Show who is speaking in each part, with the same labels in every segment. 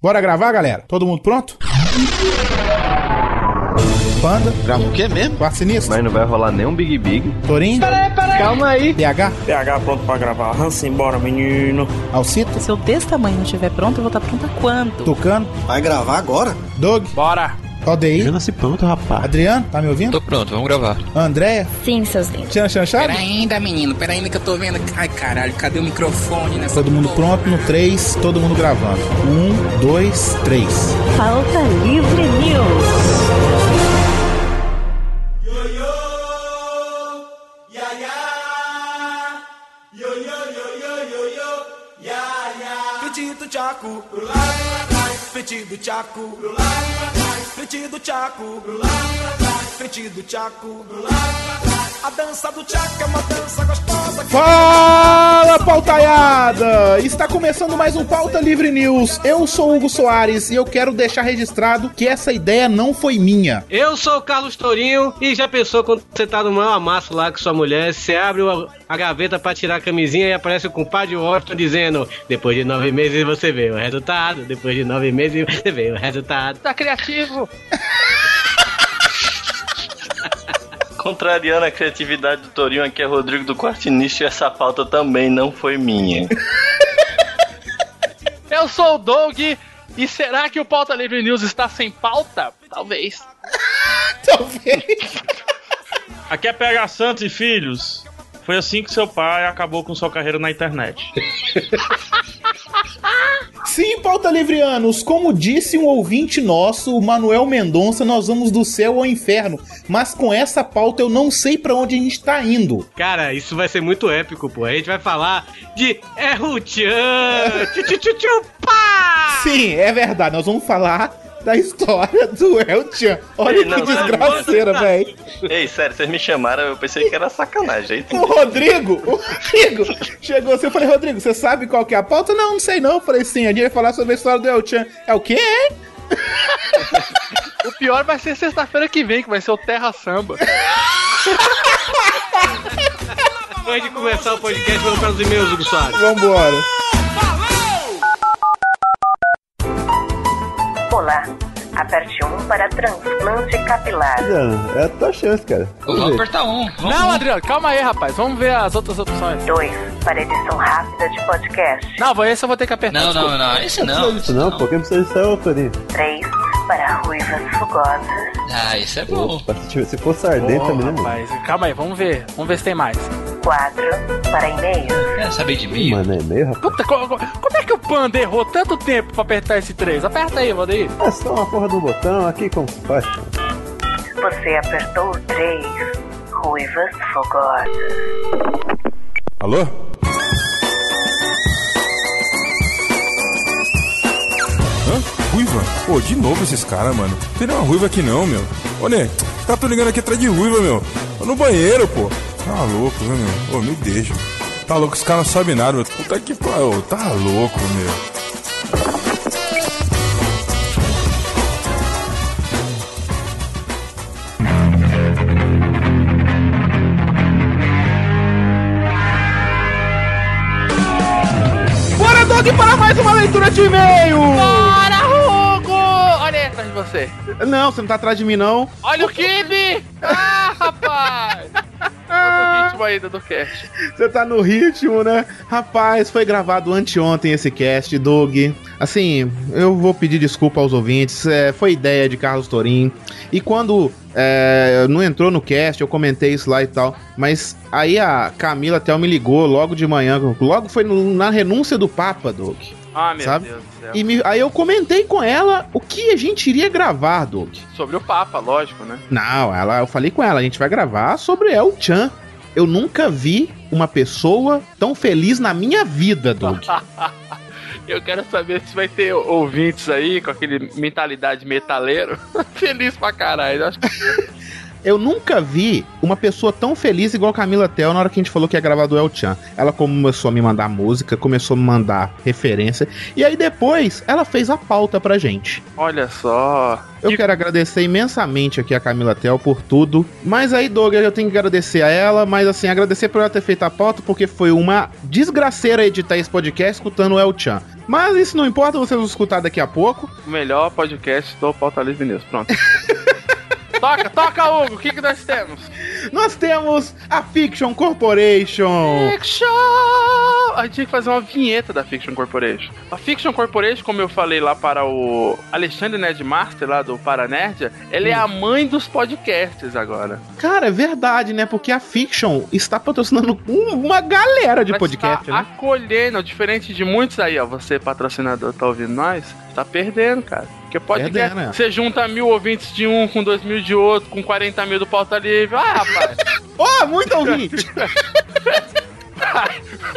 Speaker 1: Bora gravar, galera? Todo mundo pronto? Panda,
Speaker 2: Grava o quê mesmo?
Speaker 1: Quarto Sinistro,
Speaker 3: Mas não vai rolar nem um Big Big.
Speaker 1: Torinho,
Speaker 2: Calma aí.
Speaker 1: DH,
Speaker 4: PH pronto pra gravar. Hansa, embora, menino.
Speaker 1: Alcita,
Speaker 5: Se eu desse tamanho não estiver pronto, eu vou estar pronta quando?
Speaker 1: Tucano,
Speaker 6: Vai gravar agora?
Speaker 1: Doug,
Speaker 2: Bora.
Speaker 1: ODI,
Speaker 7: Eu nasci pronto, rapaz.
Speaker 1: Adriano, tá me ouvindo?
Speaker 8: Tô pronto, vamos gravar.
Speaker 1: Andréia,
Speaker 9: Sim, seus lindos.
Speaker 1: Tchan Chan Chave?
Speaker 10: Pera ainda, menino, pera ainda que eu tô vendo. Ai, caralho, cadê o microfone nessa
Speaker 1: Todo mundo
Speaker 10: porra?
Speaker 1: pronto no 3, todo mundo gravando. 1, 2, 3.
Speaker 9: Falta Livre News.
Speaker 1: Fala, pautaiada! Está começando mais um Pauta Livre News. Eu sou o Hugo Soares e eu quero deixar registrado que essa ideia não foi minha.
Speaker 11: Eu sou o Carlos Tourinho e já pensou quando você tá no maior amasso lá com sua mulher, você abre o- a gaveta pra tirar a camisinha e aparece o compadre Washington dizendo: Depois de nove meses você vê o resultado, depois de nove meses você vê o resultado. Tá criativo!
Speaker 3: Contrariando a criatividade do Torinho, aqui é Rodrigo do Quartinista e essa pauta também não foi minha.
Speaker 2: Eu sou o Doug. E será que o Pauta Livre News está sem pauta? Talvez.
Speaker 1: Talvez.
Speaker 4: Aqui é PH Santos e filhos. Foi assim que seu pai acabou com sua carreira na internet.
Speaker 1: Sim, Pauta Livreanos, como disse um ouvinte nosso, o Manuel Mendonça, nós vamos do céu ao inferno. Mas com essa pauta eu não sei pra onde a gente tá indo.
Speaker 11: Cara, isso vai ser muito épico, pô. A gente vai falar de É Errutian! Tchutchutchupá!
Speaker 1: Sim, é verdade, nós vamos falar da história do El Chan. Olha
Speaker 3: Ei,
Speaker 1: que
Speaker 3: não,
Speaker 1: desgraceira, velho.
Speaker 3: Ei, sério, vocês me chamaram, eu pensei que era sacanagem. Aí
Speaker 1: O Rodrigo, o Rodrigo, chegou assim, eu falei, Rodrigo, você sabe qual que é a pauta? Não, não sei não. Eu falei, sim, a gente vai falar sobre a história do El Chan. É o quê?
Speaker 2: O pior vai ser sexta-feira que vem, que vai ser o Terra Samba.
Speaker 11: Antes de começar o podcast, vamos para os e-mails, Hugo Soares.
Speaker 1: Vambora.
Speaker 9: Olá. Aperte 1 para transplante capilar.
Speaker 7: Adriano, é a tua chance, cara.
Speaker 8: Vamos apertar um. Vamos
Speaker 2: Não, Adriano, calma aí, rapaz. Vamos ver as outras opções.
Speaker 9: 2 para edição rápida de podcast.
Speaker 2: Não, vou- esse eu vou ter que apertar.
Speaker 8: Não, não,
Speaker 2: desculpa.
Speaker 8: não, esse
Speaker 7: Não, é
Speaker 8: não.
Speaker 7: isso não, pô. Quem precisa disso é o Torinho.
Speaker 9: 3 para ruivas fugosas.
Speaker 8: Ah, esse é bom.
Speaker 7: Opa, se, tiver- se fosse ardente
Speaker 2: Ô,
Speaker 7: também, né, mano?
Speaker 2: rapaz, calma aí, vamos ver. Vamos ver se tem mais.
Speaker 9: 4 para e-mail.
Speaker 8: Quer saber de mim?
Speaker 7: Mano, é meio, rapaz.
Speaker 2: Puta, co- co- como é que o Panda errou tanto tempo pra apertar esse 3? Aperta aí, Valdeir.
Speaker 7: É só uma porra do botão aqui, como se faz? cara?
Speaker 9: Você apertou o 3. Ruivas fogosas.
Speaker 1: Alô?
Speaker 10: Hã? Ruiva? Pô, de novo esses caras, mano. Não tem nenhuma ruiva aqui não, meu. Ô, Nê, os caras tão ligando aqui atrás de ruiva, meu. Tô no banheiro, pô. Tá louco, né, meu? Ô, me deixa. Tá louco, os caras não sabem nada, meu. Puta que pariu. Tá louco, meu.
Speaker 1: Bora, Dog, para mais uma leitura de e-mail!
Speaker 2: Bora, Hugo! Olha aí atrás de você.
Speaker 1: Não, você não tá atrás de mim, não.
Speaker 2: Olha o Kibe! Ah, rapaz! Outro ritmo ainda do cast.
Speaker 1: Você tá no ritmo, né? Rapaz, foi gravado anteontem esse cast, Doug. Assim, eu vou pedir desculpa aos ouvintes. é, foi ideia de Carlos Torim. E quando é, não entrou no cast, eu comentei isso lá e tal. Mas aí a Camila até me ligou logo de manhã. Logo foi no- na renúncia do Papa, Doug.
Speaker 2: Ah, meu
Speaker 1: Sabe?
Speaker 2: Deus do céu.
Speaker 1: E me- aí eu comentei com ela o que a gente iria gravar, Doug.
Speaker 2: Sobre o Papa, lógico, né?
Speaker 1: Não, ela, eu falei com ela, a gente vai gravar sobre El Chan. Eu nunca vi uma pessoa tão feliz na minha vida, Doug.
Speaker 2: Eu quero saber se vai ter ouvintes aí com aquele mentalidade metaleiro. Feliz pra caralho. Acho que
Speaker 1: Eu nunca vi uma pessoa tão feliz igual a Camila Tel na hora que a gente falou que ia gravar do El Chan. Ela começou a me mandar música, começou a me mandar referência, e aí depois ela fez a pauta pra gente.
Speaker 2: Olha só.
Speaker 1: Eu
Speaker 2: E-
Speaker 1: quero agradecer imensamente aqui a Camila Tel por tudo. Mas aí, Doug, eu tenho que agradecer a ela, mas assim, agradecer por ela ter feito a pauta, porque foi uma desgraceira editar esse podcast escutando o El Chan. Mas isso não importa, vocês vão escutar daqui a pouco.
Speaker 2: O melhor podcast do Pauta Livre News. Pronto. toca, toca, Hugo. O que, que nós temos?
Speaker 1: Nós temos a Fiction Corporation.
Speaker 2: Fiction! A gente tinha que fazer uma vinheta da Fiction Corporation. A Fiction Corporation, como eu falei lá para o Alexandre Nerdmaster, lá do Paranerdia, ela é a mãe dos podcasts agora.
Speaker 1: Cara, é verdade, né? Porque a Fiction está patrocinando um- uma galera de
Speaker 2: Ela
Speaker 1: podcast,
Speaker 2: está
Speaker 1: né?
Speaker 2: acolhendo, diferente de muitos aí, ó. Você, patrocinador, tá ouvindo nós? Tá perdendo, cara. Porque podcast,
Speaker 1: Perdendo, né?
Speaker 2: você junta mil ouvintes de um, com dois mil de outro, com 40 mil do Pauta Livre. Ah, rapaz,
Speaker 1: Ó, muito ouvinte!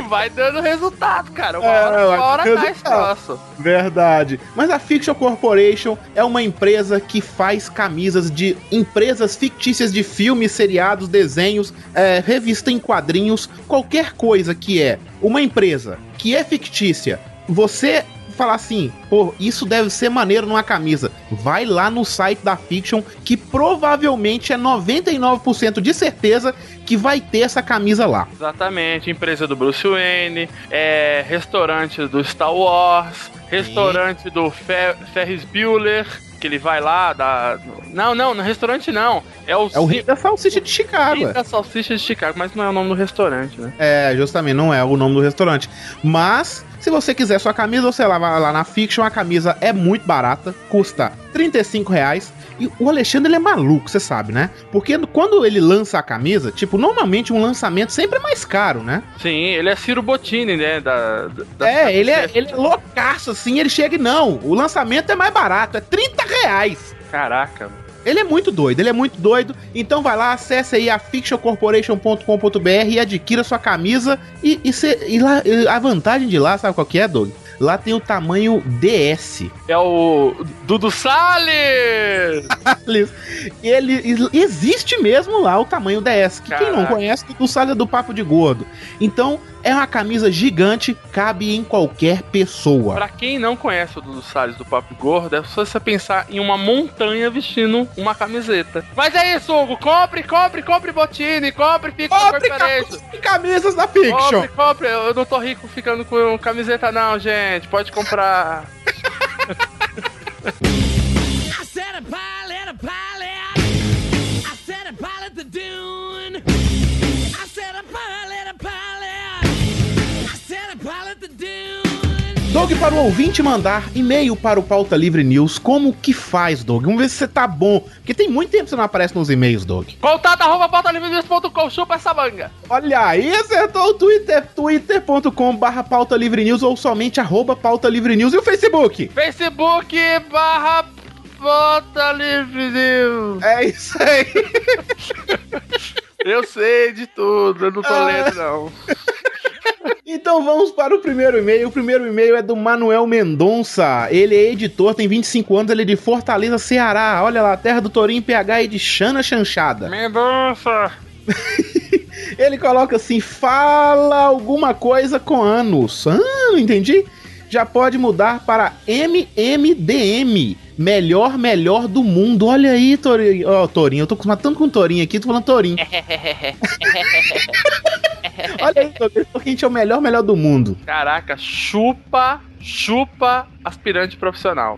Speaker 2: vai dando resultado, cara. Uma
Speaker 1: É,
Speaker 2: hora, uma hora dá esse
Speaker 1: resultado.
Speaker 2: troço.
Speaker 1: Verdade. Mas a Fiction Corporation é uma empresa que faz camisas de empresas fictícias de filmes, seriados, desenhos, é, revista em quadrinhos, qualquer coisa que é uma empresa que é fictícia. Você falar assim, pô, isso deve ser maneiro numa camisa. Vai lá no site da Fiction, que provavelmente é 99% de certeza que vai ter essa camisa lá.
Speaker 2: Exatamente, empresa do Bruce Wayne, é, restaurante do Star Wars, restaurante do Fer Ferris Bueller, que ele vai lá, dá... Não, não, no restaurante não. É o,
Speaker 1: É o é?
Speaker 2: Sim-
Speaker 1: Rei da Salsicha de Chicago.
Speaker 2: Rei da Salsicha de Chicago, mas não é o nome do restaurante, né?
Speaker 1: É, justamente, não é o nome do restaurante. Mas, se você quiser sua camisa, você lá vai lá na Fiction, a camisa é muito barata, custa 35 reais. E o Alexandre, ele é maluco, você sabe, né? Porque quando ele lança a camisa, tipo, normalmente um lançamento sempre é mais caro, né?
Speaker 2: Sim, ele é Ciro Bottini, né? Da, da-
Speaker 1: é, ele é, ele é loucaço, assim, ele chega e não, o lançamento é mais barato, é 30 reais.
Speaker 2: Caraca, mano.
Speaker 1: Ele é muito doido, ele é muito doido. Então vai lá, acesse aí a fictioncorporation.com.br e adquira sua camisa. E, e cê- e lá, e a vantagem de lá, sabe qual que é, Doug? Lá tem o tamanho DS.
Speaker 2: é o Dudu Salles!
Speaker 1: Ele ele- existe mesmo lá o tamanho DS. Que quem não
Speaker 2: Caraca.
Speaker 1: conhece, o Salles é do Papo de Gordo. Então, é uma camisa gigante, cabe em qualquer pessoa.
Speaker 2: Pra quem não conhece o Dudu Salles do Papo Gordo, é só você pensar em uma montanha vestindo uma camiseta. Mas é isso, Hugo. Compre, compre, compre Botini, compre, fica
Speaker 1: Compre
Speaker 2: Corporation.
Speaker 1: camisas da Fiction!
Speaker 2: Compre, compre. Eu não tô rico ficando com camiseta, não, gente. Pode comprar.
Speaker 1: Doug, para o ouvinte mandar e-mail para o Pauta Livre News, como que faz, Doug? Vamos ver se você tá bom, porque tem muito tempo que você não aparece nos e-mails, Doug.
Speaker 2: Contato arroba pautalivrenews.com. Chupa essa manga.
Speaker 1: Olha aí, acertou o Twitter, twitter.com barra Pauta Livre News ou somente arroba Pauta Livre News e o Facebook.
Speaker 2: Facebook barra Pauta Livre News.
Speaker 1: É isso aí.
Speaker 2: Eu sei de tudo. Eu não tô lendo,
Speaker 1: Ah.
Speaker 2: não.
Speaker 1: Então vamos para o primeiro e-mail. O primeiro e-mail é do Manuel Mendonça. Ele é editor, tem 25 anos, ele é de Fortaleza, Ceará. Olha lá, terra do Torim, PH e de Xana Chanchada.
Speaker 2: Mendonça.
Speaker 1: Ele coloca assim: fala alguma coisa com anos. Ah, não entendi. Já pode mudar para MMDM. Melhor, melhor do mundo. Olha aí, Torinho. Ó, Torinho, eu tô acostumado tanto com Torinho aqui, tô falando Torinho. Olha aí, Torinho, ele falou que a gente é o melhor, melhor do mundo.
Speaker 2: Caraca, chupa, chupa aspirante profissional.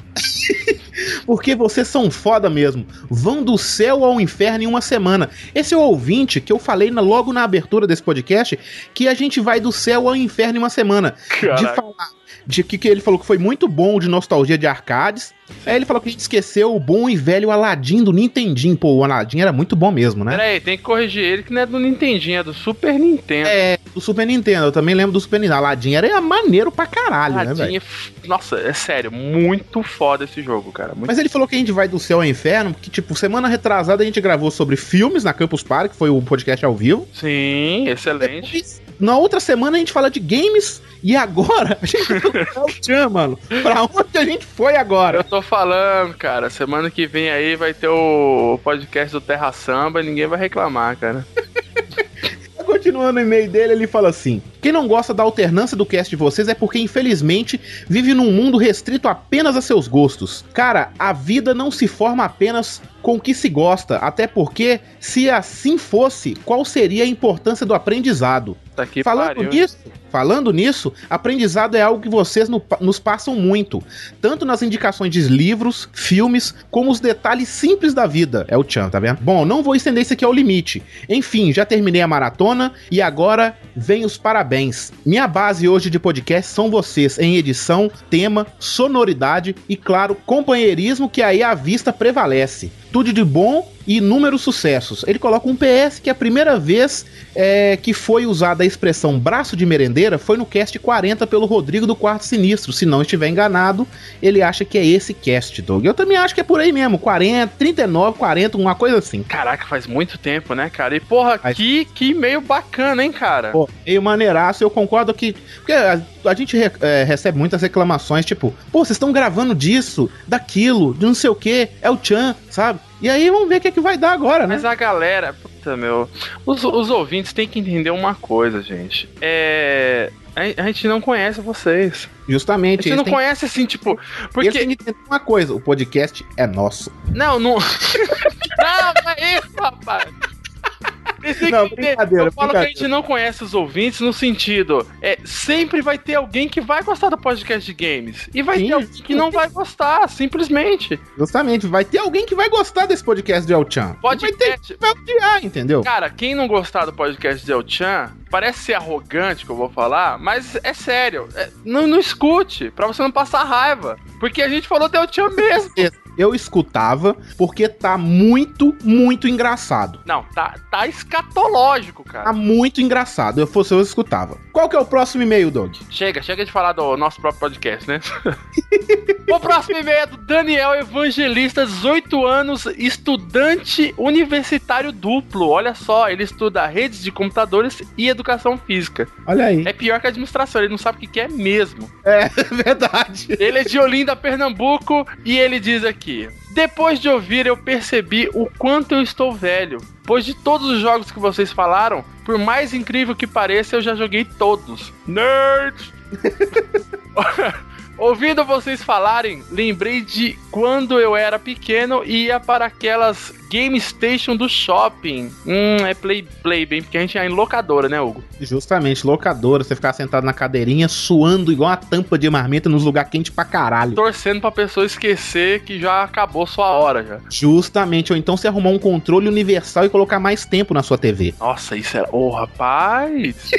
Speaker 1: Porque vocês são foda mesmo. Vão do céu ao inferno em uma semana. Esse é o ouvinte que eu falei na- logo na abertura desse podcast que a gente vai do céu ao inferno em uma semana. de
Speaker 2: Caraca.
Speaker 1: falar de que, que ele falou que foi muito bom o de nostalgia de arcades. Aí ele falou que a gente esqueceu o bom e velho Aladdin do Nintendinho. Pô, o Aladdin era muito bom mesmo, né?
Speaker 2: Pera aí, tem que corrigir ele que não é do Nintendinho, é do Super Nintendo. É,
Speaker 1: Do Super Nintendo, eu também lembro do Super Nintendo. Aladdin era maneiro pra caralho, né, velho?
Speaker 2: Nossa, é sério, muito foda esse jogo, cara. Muito...
Speaker 1: Mas ele falou que a gente vai do céu ao inferno, porque, tipo, semana retrasada a gente gravou sobre filmes na Campus Party, que foi o podcast ao vivo.
Speaker 2: Sim, excelente.
Speaker 1: Depois, na outra semana a gente fala de games, e agora a gente vai do céu ao tchan, mano. Pra onde a gente foi agora?
Speaker 2: Eu tô falando, cara, semana que vem aí vai ter o podcast do Terra Samba, ninguém vai reclamar, cara.
Speaker 1: Continuando o e-mail dele, ele fala assim:
Speaker 7: Quem não gosta da alternância do cast de vocês é porque, infelizmente, vive num mundo restrito apenas a seus gostos. Cara, a vida não se forma apenas com o que se gosta, até porque, se assim fosse, qual seria a importância do aprendizado?
Speaker 2: Tá aqui,
Speaker 7: Falando
Speaker 2: pariu.
Speaker 7: nisso, falando nisso, aprendizado é algo que vocês no- nos passam muito, tanto nas indicações de livros, filmes, como os detalhes simples da vida. É o Chan, tá vendo? Bom, não vou estender isso aqui ao limite. Enfim, já terminei a maratona e agora vem os parabéns. Minha base hoje de podcast são vocês em edição, tema, sonoridade e, claro, companheirismo que aí à vista prevalece. Tudo de bom e inúmeros sucessos. Ele coloca um PS que a primeira vez é, que foi usada a expressão braço de merendeira foi no cast 40 pelo Rodrigo do Quarto Sinistro. Se não estiver enganado, ele acha que é esse cast, Doug. Eu também acho que é por aí mesmo, 40, 39, 40, uma coisa assim.
Speaker 2: Caraca, faz muito tempo, né, cara? E porra,
Speaker 7: Mas-
Speaker 2: que, que meio bacana, hein, cara?
Speaker 7: Pô, meio maneiraço, eu concordo que. Porque a, a gente re- é, recebe muitas reclamações, tipo, pô, vocês estão gravando disso, daquilo, de não sei o que, é o Chan, sabe? E aí vamos ver o que, é que vai dar agora, né?
Speaker 2: Mas a galera, puta meu, os, os ouvintes têm que entender uma coisa, gente. É. A, a gente não conhece vocês. A
Speaker 7: Justamente.
Speaker 2: gente
Speaker 7: eles
Speaker 2: não
Speaker 7: têm-
Speaker 2: conhece assim, tipo.
Speaker 7: Porque...
Speaker 2: Porque.
Speaker 7: tem que entender uma coisa, o podcast é nosso.
Speaker 2: Não, não. não, não é isso, rapaz. Vocês têm que
Speaker 7: Não,
Speaker 2: entender.
Speaker 7: brincadeira,
Speaker 2: Eu falo que a
Speaker 7: brincadeira.
Speaker 2: gente não conhece os ouvintes no sentido. É, sempre vai ter alguém que vai gostar do podcast de games. E vai
Speaker 7: Sim,
Speaker 2: ter alguém que não vai gostar, simplesmente.
Speaker 7: Justamente, vai ter alguém que vai gostar desse podcast de El-Chan.
Speaker 2: Pode
Speaker 7: Vai ter que vai odiar, entendel?
Speaker 2: Cara, quem não gostar do podcast de El-Chan, parece ser arrogante que eu vou falar, mas é sério. É, não, não escute, pra você não passar raiva. Porque a gente falou de El-Chan mesmo.
Speaker 7: Eu escutava porque tá muito, muito engraçado.
Speaker 2: Não, tá, tá escatológico,
Speaker 7: Tá
Speaker 2: cara.
Speaker 7: muito engraçado. Eu fosse eu escutava. Qual que é o próximo e-mail, Doug?
Speaker 2: Chega, chega de falar do nosso próprio podcast, né? o próximo e-mail é do Daniel Evangelista, 18 anos, estudante universitário duplo. Olha só, ele estuda redes de computadores e educação física.
Speaker 7: Olha aí.
Speaker 2: É pior que a administração, ele não sabe o que que é mesmo.
Speaker 7: É verdade.
Speaker 2: Ele é de Olinda, Pernambuco, e ele diz aqui: Depois de ouvir, eu percebi o quanto eu estou velho. Pois de todos os jogos que vocês falaram, por mais incrível que pareça, eu já joguei todos. Nerd! Ouvindo vocês falarem, lembrei de quando eu era pequeno e ia para aquelas Game Station do shopping. Hum, é Play, play bem, porque a gente é em locadora, né, Hugo?
Speaker 7: Justamente, locadora, você ficar sentado na cadeirinha suando igual uma tampa de marmita nos lugar quente pra caralho.
Speaker 2: Torcendo pra pessoa esquecer que já acabou sua hora já.
Speaker 7: Justamente, ou então você arrumar um controle universal e colocar mais tempo na sua TV.
Speaker 2: Nossa, isso era. Ô, rapaz!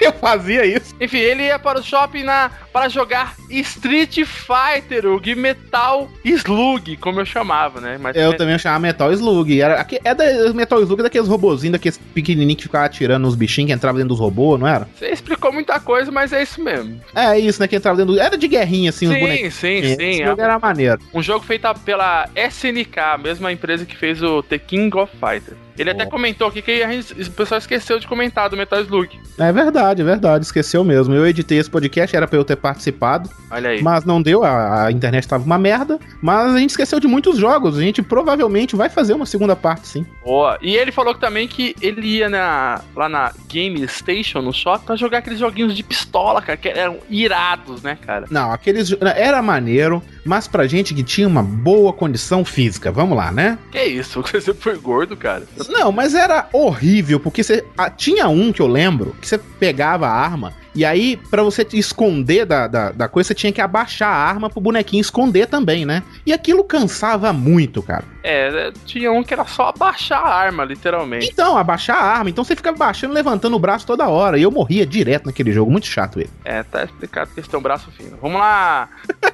Speaker 7: Eu fazia isso.
Speaker 2: Enfim, ele ia para o shopping na... para jogar Street Fighter, o Gui Metal Slug, como eu chamava, né? Mas
Speaker 7: Eu
Speaker 2: é,
Speaker 7: também chamava Metal Slug. Era, aque- é da, Metal Slug é daqueles robozinhos, daqueles pequenininhos que ficava atirando nos bichinhos que entrava dentro dos robôs, não era?
Speaker 2: você explicou muita coisa, mas é isso mesmo.
Speaker 7: É isso, né? Que entrava dentro. do- Era de guerrinha, assim, os bonequinhos.
Speaker 2: Sim, sim, sim.
Speaker 7: Esse
Speaker 2: é
Speaker 7: jogo era maneiro.
Speaker 2: Um jogo feito pela SNK, a mesma empresa que fez o The King of Fighter. Ele até
Speaker 7: Ó.
Speaker 2: comentou aqui que a gente, o pessoal esqueceu de comentar do Metal Slug.
Speaker 7: É verdade, é verdade. Esqueceu mesmo. Eu editei esse podcast, era pra eu ter participado,
Speaker 2: Olha aí.
Speaker 7: mas não deu. A, a internet tava uma merda. Mas a gente esqueceu de muitos jogos. A gente provavelmente vai fazer uma segunda parte, sim.
Speaker 2: Boa. E ele falou que também que ele ia na, lá na Game Station, no shopping, pra jogar aqueles joguinhos de pistola, cara, que eram irados, né, cara?
Speaker 7: Não, aqueles. jo- Era maneiro, mas pra gente que tinha uma boa condição física. Vamos lá, né?
Speaker 2: Que isso, você foi gordo, cara.
Speaker 7: Não, mas era horrível, porque você ah, tinha um que eu lembro, que você pegava a arma, e aí, pra você te esconder da, da, da coisa, você tinha que abaixar a arma pro bonequinho esconder também, né? E aquilo cansava muito, cara.
Speaker 2: É, tinha um que era só abaixar a arma, literalmente.
Speaker 7: Então, abaixar a arma, então você ficava baixando, levantando o braço toda hora, e eu morria direto naquele jogo, muito chato ele.
Speaker 2: É, tá explicado que eles têm um braço fino. Vamos lá!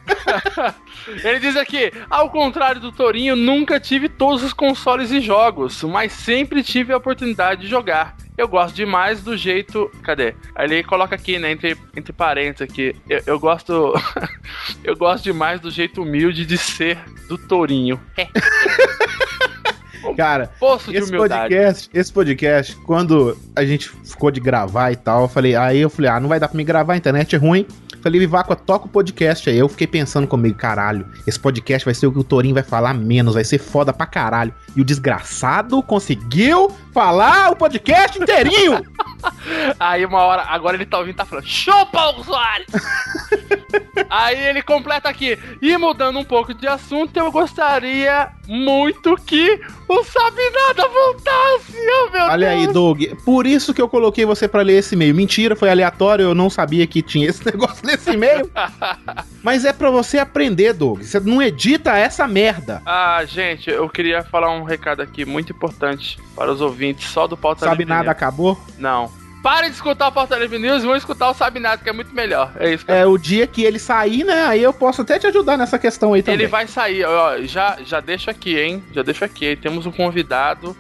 Speaker 2: Ele diz aqui: ao contrário do Torinho, nunca tive todos os consoles e jogos, mas sempre tive a oportunidade de jogar. Eu gosto demais do jeito. Cadê? Aí Ele coloca aqui, né? Entre, entre parênteses aqui. Eu, eu gosto. eu gosto demais do jeito humilde de ser do Torinho.
Speaker 7: Cara,
Speaker 2: Poço de
Speaker 7: Esse
Speaker 2: humildade.
Speaker 7: podcast, esse podcast, quando a gente ficou de gravar e tal, eu falei, aí eu falei, ah, não vai dar pra me gravar, a internet é ruim. Falei, Vivaco, toca o podcast aí. Eu fiquei pensando comigo, caralho, esse podcast vai ser o que o Torinho vai falar menos, vai ser foda pra caralho. E o desgraçado conseguiu falar o podcast inteirinho!
Speaker 2: Aí uma hora, agora ele tá ouvindo e tá falando, chupa usuário! Aí ele completa aqui, e mudando um pouco de assunto, eu gostaria muito que o Sabinada voltasse, oh meu
Speaker 7: Olha aí,
Speaker 2: Deus!
Speaker 7: Doug. Por isso que eu coloquei você pra ler esse e-mail. Mentira, foi aleatório, eu não sabia que tinha esse negócio nesse e-mail. Mas é pra você aprender, Doug. Você não edita essa merda.
Speaker 2: Ah, gente, eu queria falar um recado aqui muito importante para os ouvintes só do Pauta
Speaker 7: Sabe
Speaker 2: Livre
Speaker 7: nada,
Speaker 2: News.
Speaker 7: acabou?
Speaker 2: Não. Parem de escutar o Pauta Livre News e vão escutar o Sabe Nada, que é muito melhor. É isso que eu
Speaker 7: É o dia que ele sair, né? Aí eu posso até te ajudar nessa questão aí também.
Speaker 2: Ele vai sair, ó, já, já deixa aqui, hein? Já deixa aqui. Temos um convidado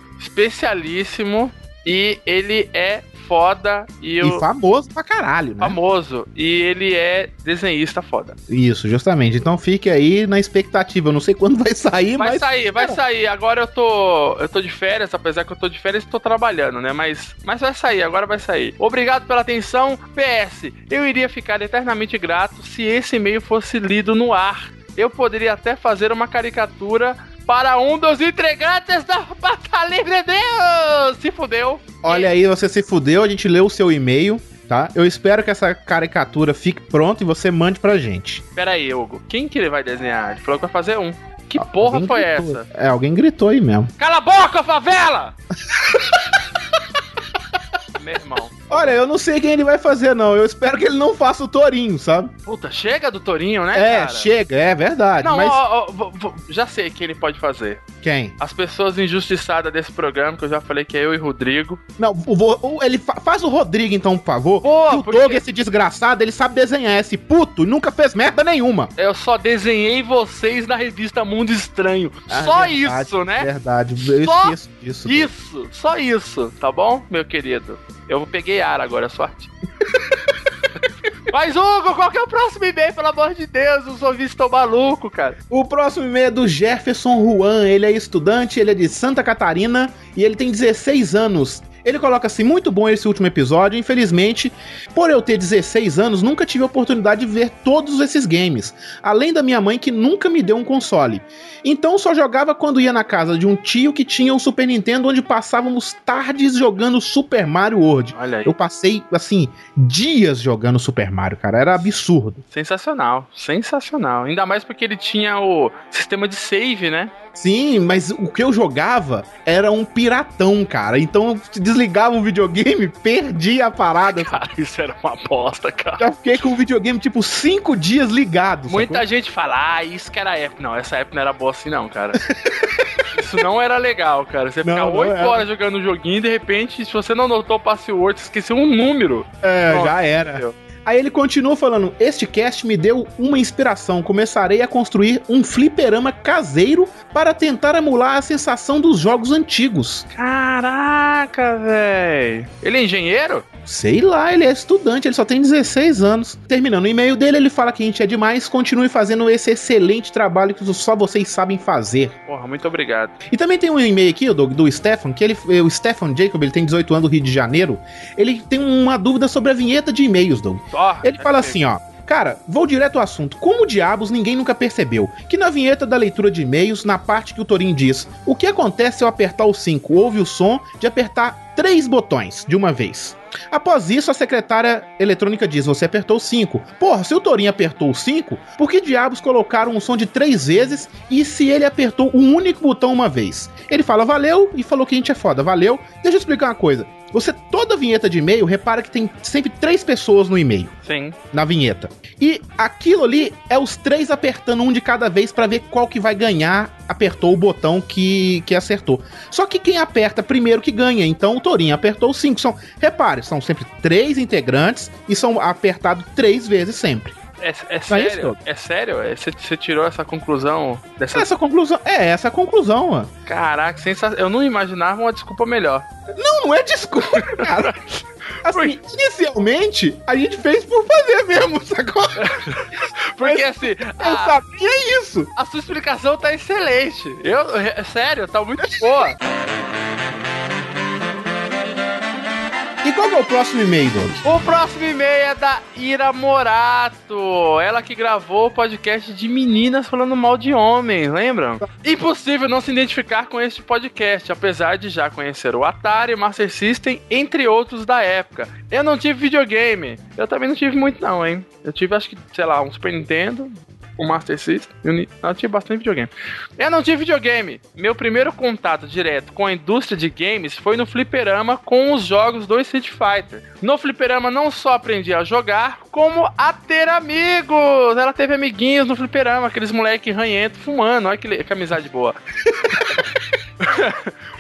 Speaker 2: especialíssimo e ele é foda e,
Speaker 7: E
Speaker 2: o
Speaker 7: famoso pra caralho, né?
Speaker 2: famoso e ele é desenhista foda.
Speaker 7: Isso, justamente. Então fique aí na expectativa. Eu não sei quando vai sair,
Speaker 2: Vai
Speaker 7: mas.
Speaker 2: sair, vai
Speaker 7: cara.
Speaker 2: sair. Agora eu tô, eu tô de férias, apesar que eu tô de férias e tô trabalhando, né? Mas, mas vai sair, agora vai sair. Obrigado pela atenção. PS, eu iria ficar eternamente grato se esse e-mail fosse lido no ar. Eu poderia até fazer uma caricatura para um dos entregantes da Batalha Livre Deus! Se fudeu.
Speaker 7: Olha aí, você se fudeu, a gente leu o seu e-mail, tá? Eu espero que essa caricatura fique pronta e você mande pra gente.
Speaker 2: Pera aí, Hugo. Quem que ele vai desenhar? Ele falou que vai fazer um. Que
Speaker 7: Ah,
Speaker 2: porra
Speaker 7: alguém
Speaker 2: foi
Speaker 7: gritou.
Speaker 2: essa?
Speaker 7: É, alguém gritou aí mesmo.
Speaker 2: Cala a boca, favela! Meu irmão.
Speaker 7: Olha, eu não sei quem ele vai fazer, não. Eu espero que ele não faça o Torinho, sabe?
Speaker 2: Puta, chega do Torinho, né,
Speaker 7: É,
Speaker 2: cara?
Speaker 7: chega, é verdade.
Speaker 2: Não,
Speaker 7: mas
Speaker 2: ó, ó, vo- vo- já sei quem ele pode fazer.
Speaker 7: quem?
Speaker 2: As pessoas injustiçadas desse programa, que eu já falei que é eu e Rodrigo.
Speaker 7: Não, o, vo- o- ele fa- faz o Rodrigo, então, por favor.
Speaker 2: Boa,
Speaker 7: Que o
Speaker 2: porque-
Speaker 7: Doug, esse desgraçado, ele sabe desenhar esse puto e nunca fez merda nenhuma.
Speaker 2: Eu só desenhei vocês na revista Mundo Estranho.
Speaker 7: Ah,
Speaker 2: só isso,
Speaker 7: É?
Speaker 2: né?
Speaker 7: Verdade, eu
Speaker 2: Só
Speaker 7: esqueço disso. Doug.
Speaker 2: Isso, só isso, tá bom, meu querido? Eu peguei ar agora, sorte. Mas, Hugo, qual que é o próximo e-mail, pelo amor de Deus? Os ouvintes estão malucos, cara.
Speaker 7: O próximo e-mail é do Jefferson Juan. Ele é estudante, ele é de Santa Catarina e ele tem 16 anos. Ele coloca assim: muito bom esse último episódio. Infelizmente, por eu ter 16 anos, nunca tive a oportunidade de ver todos esses games. Além da minha mãe, que nunca me deu um console. Então só jogava quando ia na casa de um tio que tinha um Super Nintendo, onde passávamos tardes jogando Super Mario World.
Speaker 2: Olha aí,
Speaker 7: Eu passei, assim, dias jogando Super Mario, cara. Era absurdo.
Speaker 2: sensacional, sensacional. Ainda mais porque ele tinha o sistema de save, né?
Speaker 7: Sim, mas o que eu jogava era um piratão, cara. Então eu desligava o videogame, perdi a parada.
Speaker 2: Cara, isso era uma bosta, cara.
Speaker 7: Já fiquei com o videogame, tipo, cinco dias ligado. sacou?
Speaker 2: Muita gente fala, ah, isso que era a época. Não, essa época não era boa assim, não, cara. isso não era legal, cara. Você
Speaker 7: Não,
Speaker 2: ficar
Speaker 7: não
Speaker 2: 8
Speaker 7: era.
Speaker 2: horas jogando um joguinho e de repente, se você não notou o passe Word, você esqueceu um número.
Speaker 7: É,
Speaker 2: Nossa,
Speaker 7: já era.
Speaker 2: meu.
Speaker 7: Aí ele continua falando: Este cast me deu uma inspiração. Começarei a construir um fliperama caseiro para tentar emular a sensação dos jogos antigos.
Speaker 2: Caraca, velho. Ele é engenheiro?
Speaker 7: Sei lá, ele é estudante, ele só tem 16 anos. Terminando o e-mail dele, ele fala que a gente é demais. Continue fazendo esse excelente trabalho que só vocês sabem fazer.
Speaker 2: Porra, muito obrigado.
Speaker 7: E também tem um e-mail aqui, Doug, do Stefan, que ele, eh, o Stefan Jacob, ele tem 18 anos do Rio de Janeiro. Ele tem uma dúvida sobre a vinheta de e-mails, Doug.
Speaker 2: Ó, é
Speaker 7: Ele fala assim, ó. Cara, vou direto ao assunto. Como diabos ninguém nunca percebeu que na vinheta da leitura de e-mails, na parte que o Torinho diz: O que acontece se eu apertar o 5? Ouve o som de apertar três botões de uma vez. Após isso, a secretária eletrônica diz: Você apertou o 5. Porra, se o Torinho apertou o 5, por que diabos colocaram um som de três vezes e se ele apertou um único botão uma vez? Ele fala: Valeu e falou que a gente é foda, valeu. Deixa eu explicar uma coisa. Você, toda vinheta de e-mail, repara que tem sempre três pessoas no e-mail
Speaker 2: Sim.
Speaker 7: na vinheta. E aquilo ali é os três apertando um de cada vez pra ver qual que vai ganhar. Apertou o botão que, que acertou. Só que quem aperta primeiro que ganha. Então o Torinho apertou cinco. São, repare, são sempre três integrantes e são apertados três vezes sempre.
Speaker 2: É, é
Speaker 7: isso,
Speaker 2: sério?
Speaker 7: Doug?
Speaker 2: É sério? É, Você você tirou essa conclusão dessa.
Speaker 7: Essa conclusão é essa a conclusão, mano.
Speaker 2: Caraca, sensacional. Eu não imaginava uma desculpa melhor.
Speaker 7: Não, não é desculpa, cara. Assim, inicialmente, a gente fez por fazer mesmo, sacou?
Speaker 2: Porque assim.
Speaker 7: Eu
Speaker 2: a-
Speaker 7: sabia isso.
Speaker 2: A sua explicação tá excelente. Eu, é sério, tá muito boa.
Speaker 7: E qual que é o próximo e-mail, Doug?
Speaker 2: O próximo e-mail é da Ira Morato. Ela que gravou o podcast de meninas falando mal de homens, lembram? Impossível não se identificar com este podcast, apesar de já conhecer o Atari, Master System, entre outros da época. Eu não tive videogame. Eu também não tive muito, não, hein? Eu tive, acho que, sei lá, um Super Nintendo, o Master System. e o Ni- Eu tive bastante videogame. Eu não tive videogame. Meu primeiro contato direto com a indústria de games foi no fliperama com os jogos do Street Fighter. No fliperama não só aprendi a jogar, como a ter amigos. Ela teve amiguinhos no fliperama, aqueles moleque ranhento fumando. Olha que, le- que amizade boa.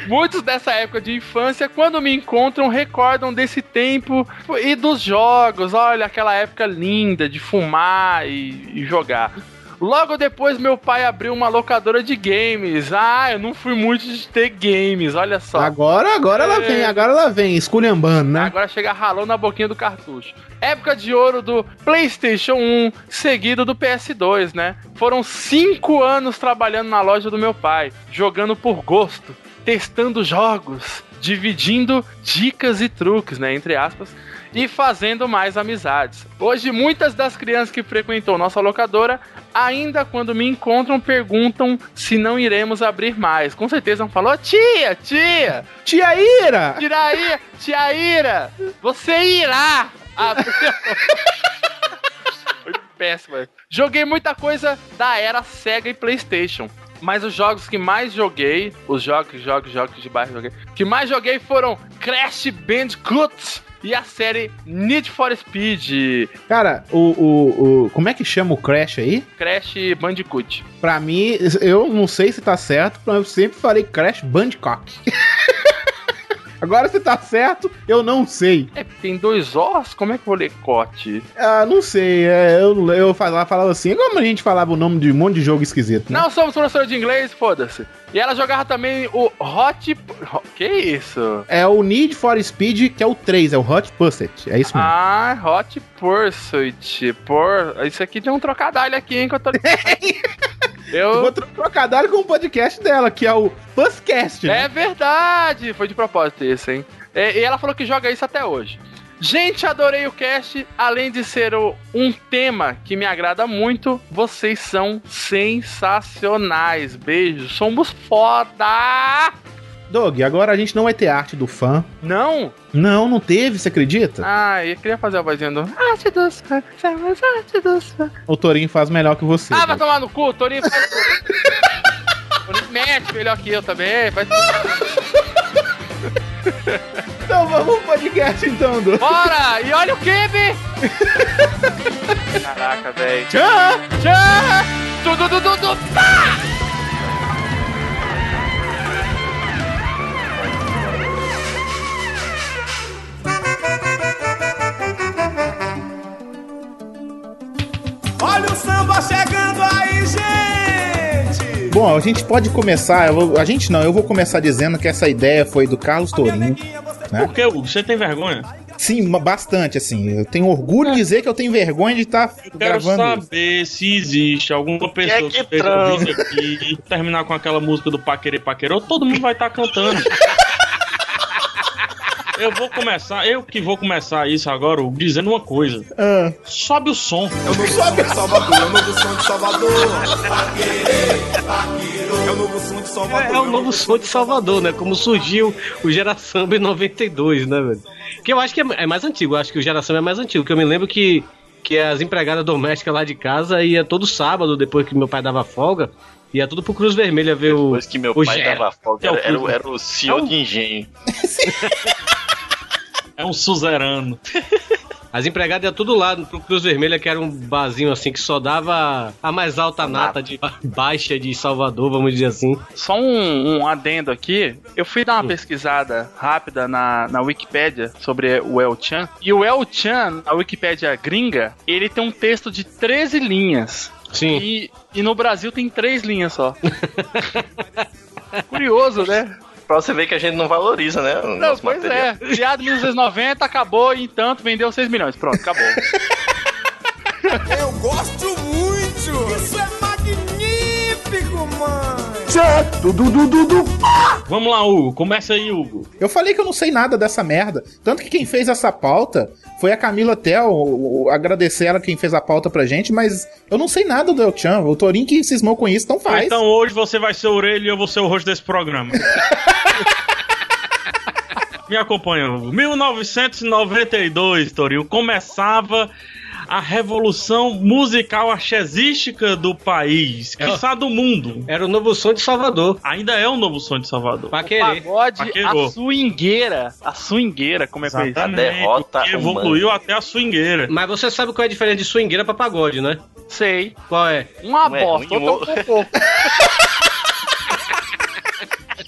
Speaker 2: Muitos dessa época de infância, quando me encontram, recordam desse tempo e dos jogos. Olha, aquela época linda de fumar e, e jogar. Logo depois, meu pai abriu uma locadora de games. Ah, eu não fui muito de ter games, olha só.
Speaker 7: Agora, agora ela
Speaker 2: É.
Speaker 7: vem, agora ela vem, esculhambando, né?
Speaker 2: Agora chega ralou na boquinha do cartucho. Época de ouro do PlayStation 1, seguido do PS2, né? Foram cinco anos trabalhando na loja do meu pai, jogando por gosto, testando jogos, dividindo dicas e truques, né? Entre aspas. E fazendo mais amizades. Hoje, muitas das crianças que frequentou nossa locadora, ainda quando me encontram, perguntam se não iremos abrir mais. Com certeza não falou, tia, tia,
Speaker 7: Tia Ira!
Speaker 2: Tia Ira, tia Ira, você irá. abrir- Foi péssimo. velho. Joguei muita coisa da era Sega e PlayStation. Mas os jogos que mais joguei, os jogos, jogos, jogos de baixo joguei, que mais joguei foram Crash Bandicoot e a série Need for Speed.
Speaker 7: Cara, o, o, o. Como é que chama o Crash aí?
Speaker 2: Crash Bandicoot.
Speaker 7: Pra mim, eu não sei se tá certo, mas eu sempre falei Crash Bandicoot. Agora se tá certo, eu não sei.
Speaker 2: É, tem dois Os? Como é que eu vou ler Cote?
Speaker 7: Ah, não sei. é, eu eu falava, falava assim, como a gente falava o nome de um monte de jogo esquisito, né?
Speaker 2: Não somos professores de inglês, foda-se. E ela jogava também o Hot... Que isso?
Speaker 7: É o Need for Speed, que é o 3, é o Hot Pursuit. É isso mesmo.
Speaker 2: Ah, Hot Pursuit. Por... Isso aqui tem um trocadilho aqui, hein, que eu tô...
Speaker 7: Eu
Speaker 2: eu...
Speaker 7: vou tro- trocadilho com o podcast dela, que é o Fuscast. né?
Speaker 2: É verdade! Foi de propósito isso, hein? É, E ela falou que joga isso até hoje. Gente, adorei o cast. Além de ser o- um tema que me agrada muito, vocês são sensacionais. Beijos, somos foda!
Speaker 7: Doug, agora a gente não vai ter arte do fã.
Speaker 2: Não?
Speaker 7: Não, não teve, você acredita?
Speaker 2: Ah, eu queria fazer a vozinha do. Arte dos fãs, somos arte dos fãs.
Speaker 7: O Torinho faz melhor que você.
Speaker 2: Ah, vai
Speaker 7: Doug.
Speaker 2: tomar no cu, Torinho. faz- Torinho mete melhor que eu também. Vai...
Speaker 7: Então vamos pro podcast então, Doug.
Speaker 2: Bora! E olha o Kibe! Caraca, velho.
Speaker 7: Tchau!
Speaker 2: Tchau! Du, du, du, du, du.
Speaker 7: Bom, a gente pode começar, eu vou- a gente não, eu vou começar dizendo que essa ideia foi do Carlos Torinho.
Speaker 4: Por que, Hugo? Você tem vergonha?
Speaker 7: Sim, ma- bastante, assim. Eu tenho orgulho de dizer que eu tenho vergonha de estar
Speaker 4: Eu quero
Speaker 7: gravando. isso.
Speaker 4: saber se existe alguma pessoa
Speaker 3: que
Speaker 4: fez
Speaker 3: transa?
Speaker 4: um vídeo aqui e terminar com aquela música do Paquerê Paquerô, todo mundo vai estar cantando. Eu vou começar, eu que vou começar isso agora, Hugo, dizendo uma coisa.
Speaker 7: Ah,
Speaker 4: Sobe o som.
Speaker 6: É o novo som de Salvador, é o novo som de Salvador. É o novo som de Salvador.
Speaker 11: É, é o novo som de Salvador, né? Como surgiu o Gera Samba em 92, né, velho? Que eu acho que é, é mais antigo, eu acho que o Gera Samba é mais antigo, que eu me lembro que, que as empregadas domésticas lá de casa ia todo sábado, depois que meu pai dava folga, ia tudo pro Cruz Vermelha ver o.
Speaker 3: Depois que meu
Speaker 11: o
Speaker 3: pai
Speaker 11: Gera.
Speaker 3: dava folga,
Speaker 4: É o
Speaker 3: era, era,
Speaker 4: cu.
Speaker 3: o- era o CEO de engenho.
Speaker 4: É um suzerano.
Speaker 11: As empregadas iam tudo lá pro Cruz Vermelha, que era um barzinho assim que só dava a mais alta nata de baixa de Salvador, vamos dizer assim.
Speaker 2: Só um, um adendo aqui. Eu fui dar uma pesquisada rápida na, na Wikipédia sobre o El Chan. E o El Chan, a Wikipédia gringa, ele tem um texto de 13 linhas.
Speaker 11: Sim.
Speaker 2: E, e no Brasil tem três linhas só. Curioso, né?
Speaker 3: Pra você ver que a gente não valoriza, né? O
Speaker 2: Não,
Speaker 3: nosso
Speaker 2: pois
Speaker 3: material.
Speaker 2: é. Criado em 1990, acabou, e, entanto, vendeu 6 milhões. Pronto, acabou.
Speaker 6: Eu gosto muito. Isso é magnífico, mãe.
Speaker 12: Tchê, du, du, du, du.
Speaker 4: Vamos lá, Hugo. Começa aí, Hugo.
Speaker 7: Eu falei que eu não sei nada dessa merda. Tanto que quem fez essa pauta foi a Camila Tel. o- o- Agradecer ela quem fez a pauta pra gente, mas eu não sei nada do El-Chan. O Torin que cismou com isso, então faz.
Speaker 4: Então hoje você vai ser a orelha e eu vou ser o rosto desse programa. Me acompanha, Hugo. 1992, Toril, começava a revolução musical axesística do país,
Speaker 2: Ah.
Speaker 4: que do mundo.
Speaker 11: Era o novo som de Salvador.
Speaker 4: Ainda é o novo som de Salvador.
Speaker 2: O pagode,
Speaker 4: Paquerou.
Speaker 2: a swingueira. A swingueira, como é que é isso?
Speaker 4: Exatamente, derrota porque evoluiu até a swingueira.
Speaker 11: Mas você sabe qual é a diferença de swingueira pra pagode, né?
Speaker 2: Sei.
Speaker 11: Qual é?
Speaker 2: Uma
Speaker 11: Não é
Speaker 2: bosta,
Speaker 11: ruim,
Speaker 2: outra é um cocô.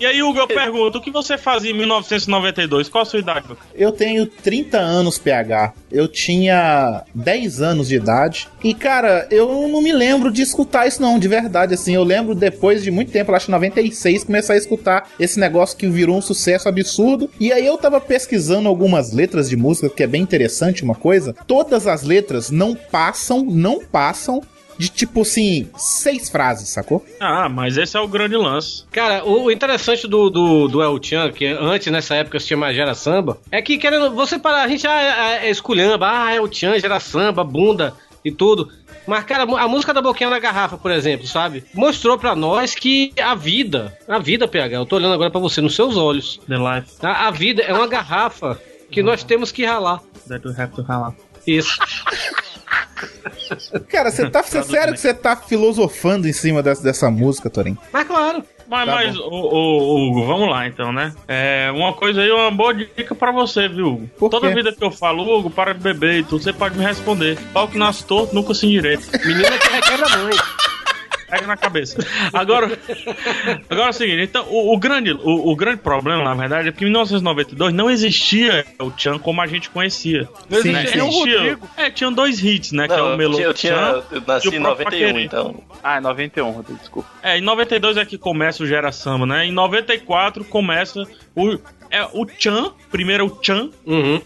Speaker 4: E aí, Hugo, eu pergunto, o que você fazia em 1992? Qual a sua idade? meu cara?
Speaker 7: Eu tenho 30 anos, PH. Eu tinha 10 anos de idade. E, cara, eu não me lembro de escutar isso, não, de verdade. Assim, eu lembro depois de muito tempo, eu acho que 96, começar a escutar esse negócio que virou um sucesso absurdo. E aí eu tava pesquisando algumas letras de música, que é bem interessante uma coisa. Todas as letras não passam, não passam de tipo assim, seis frases, sacou?
Speaker 4: Ah, mas esse é o grande lance.
Speaker 11: Cara, o o interessante do, do, do El Chan, que antes nessa época se chamava Gera Samba, é que querendo, você para a gente ah, é, é esculhamba, ah, El Chan, Gera Samba, bunda e tudo. Mas, cara, a música da Boquinha na Garrafa, por exemplo, sabe? Mostrou pra nós que a vida, a vida, PH, eu tô olhando agora pra você nos seus olhos.
Speaker 4: The life
Speaker 11: A, a vida é uma garrafa que nós temos que ralar.
Speaker 4: that we have to ralar.
Speaker 11: Isso.
Speaker 7: Cara, você tá. Cê, sério que você tá filosofando em cima dessa, dessa música, Torin?
Speaker 11: Mas claro.
Speaker 4: Mas,
Speaker 3: Tá
Speaker 4: mas ô, ô, ô, Hugo, vamos lá então, né? É, uma coisa aí, uma boa dica pra você, viu, Hugo? Toda vida que eu falo, Hugo, para de beber e tudo, você pode me responder. Pau que nasce torto, nunca se direito.
Speaker 11: Menina que é requer da mãe.
Speaker 4: Pega na cabeça. Agora, agora é o seguinte, então, o, o grande, o, o grande problema, na verdade, é que em 1992 não existia o Chan como a gente conhecia. Não
Speaker 3: Sim, sim.
Speaker 4: existia. Tinha o
Speaker 3: Tinha o
Speaker 4: Rodrigo. É, tinham dois hits, né? que é
Speaker 3: Não,
Speaker 4: o
Speaker 3: eu
Speaker 4: Melô
Speaker 3: tinha- eu tinha-
Speaker 4: Chan
Speaker 3: eu nasci
Speaker 4: e o
Speaker 3: em 91,
Speaker 4: próprio Paquerinha.
Speaker 3: então.
Speaker 2: Ah, 91, Rodrigo, desculpa.
Speaker 4: É, em 92 é que começa o Gera Samba, né? Em 94 começa o, é, o Chan, primeiro é o Chan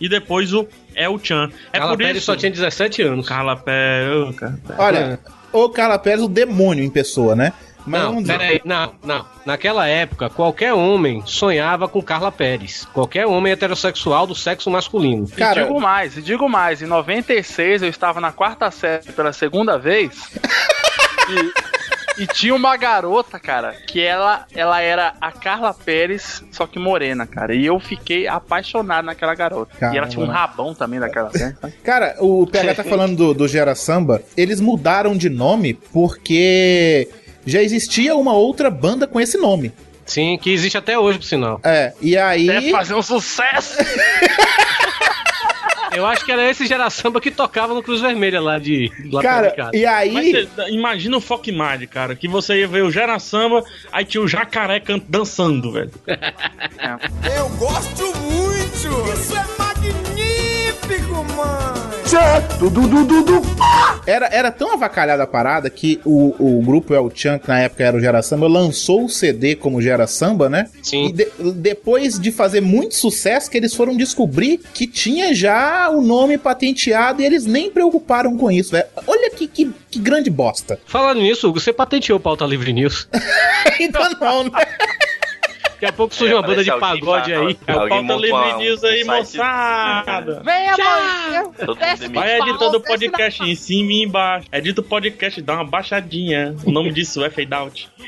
Speaker 4: e depois o é o Chan. É
Speaker 11: Carla
Speaker 4: por
Speaker 11: Pérez
Speaker 4: isso.
Speaker 11: só tinha 17 anos.
Speaker 4: Carla Pérez, cara.
Speaker 7: Olha, o Carla Pérez, o demônio em pessoa, né? Mas
Speaker 11: não,
Speaker 7: vamos dizer-
Speaker 11: peraí, não, não. Naquela época, qualquer homem sonhava com Carla Pérez. Qualquer homem heterossexual do sexo masculino.
Speaker 2: E digo mais, e digo mais, em 96 eu estava na quarta série pela segunda vez e, e tinha uma garota, cara, que ela, ela era a Carla Pérez, só que morena, cara. E eu fiquei apaixonado naquela garota. E ela
Speaker 7: Caramba.
Speaker 2: tinha um rabão também daquela série.
Speaker 7: Cara, o PH tá falando do, do Gera Samba. Eles mudaram de nome porque já existia uma outra banda com esse nome.
Speaker 11: Sim, que existe até hoje, por sinal.
Speaker 7: É, e aí.
Speaker 11: Deve fazer
Speaker 2: um sucesso!
Speaker 11: Eu acho que era esse Gera Samba que tocava no Cruz Vermelha lá de lá perto de casa.
Speaker 4: Mas cê- imagina o Fock Mad, cara, que você ia ver o Gera Samba, aí tinha o jacaré can- dançando, velho.
Speaker 12: Eu gosto muito! Isso é magnífico, mãe! Tchê, du, du, du, du, du.
Speaker 7: Era, era tão avacalhada a parada que o, o grupo El Chan, que na época era o Gera Samba, lançou o CD como Gera Samba, né?
Speaker 11: Sim.
Speaker 7: E de- depois de fazer muito sucesso, que eles foram descobrir que tinha já o nome patenteado e eles nem preocuparam com isso, velho. Olha que, que, que grande bosta.
Speaker 11: Falando nisso, Hugo, você patenteou o Pauta Livre News.
Speaker 7: Ainda não, né?
Speaker 11: Daqui a pouco surge uma banda de pagode aí.
Speaker 4: É o Pauta Livre News aí, moçada.
Speaker 2: Vem,
Speaker 4: Vai editando o podcast em cima e embaixo. Edita o podcast, dá uma baixadinha. O nome disso é fade out.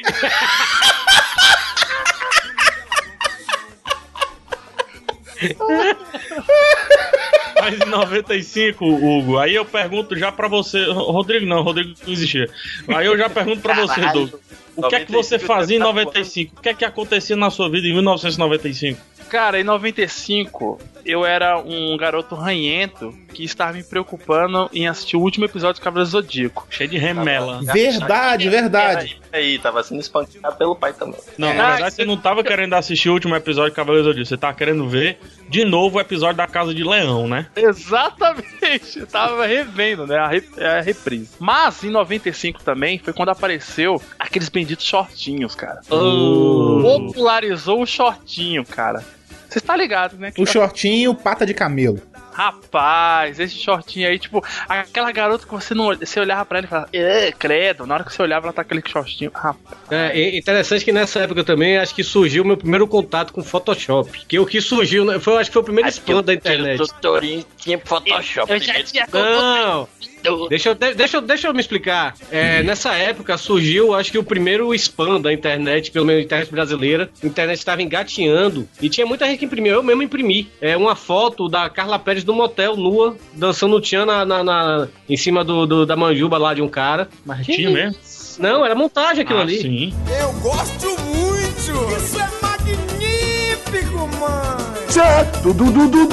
Speaker 4: Mas em 95, Hugo, aí eu pergunto já pra você. Rodrigo não, Rodrigo não existia. Aí eu já pergunto pra você,
Speaker 3: Caralho.
Speaker 4: Doug. O que é que você
Speaker 2: 95,
Speaker 4: fazia em
Speaker 2: tá
Speaker 4: 95? O que é que acontecia na sua vida em 1995?
Speaker 2: Cara, em 95 eu era um garoto ranhento que estava me preocupando em assistir o último episódio do Cavaleiro Zodíaco.
Speaker 4: Cheio de remela.
Speaker 7: Verdade, verdade.
Speaker 3: é Aí, tava sendo espancado pelo pai também.
Speaker 2: É.
Speaker 4: Não, na verdade você não tava querendo assistir o último episódio de Cavaleiros do Zodíaco, você tava querendo ver de novo o episódio da Casa de Leão, né?
Speaker 2: Exatamente, eu tava revendo, né? A, re- a reprise. Mas em 95 também foi quando apareceu aqueles benditos shortinhos, cara. Popularizou o shortinho, cara. Você tá ligado, né?
Speaker 7: O shortinho, pata de camelo.
Speaker 2: Rapaz, esse shortinho aí, tipo, aquela garota que você não olha- você olhava pra ela e falava, "É, credo, na hora que você olhava, ela tá aquele shortinho. Rapaz.
Speaker 11: É, e- interessante que nessa época também acho que surgiu o meu primeiro contato com Photoshop. Que o que surgiu, né, foi, acho que foi o primeiro espanto da internet.
Speaker 3: Tutorinho tinha Photoshop.
Speaker 11: Eu já tinha Não! Deixa eu, de- deixa, eu- deixa eu me explicar. É, Nessa época surgiu, acho que o primeiro spam da internet, pelo menos internet brasileira. A internet estava engatinhando e tinha muita gente que imprimiu. Eu mesmo imprimi. É, uma foto da Carla Pérez do motel nua, dançando tchan na, na- na- em cima do, do- da manjuba lá de um cara. Mas
Speaker 4: tinha mesmo?
Speaker 11: Não, era montagem aquilo
Speaker 4: Ah,
Speaker 11: ali.
Speaker 4: sim.
Speaker 13: Eu gosto muito! Isso é magnífico, mãe!
Speaker 2: Certo, du, du, du,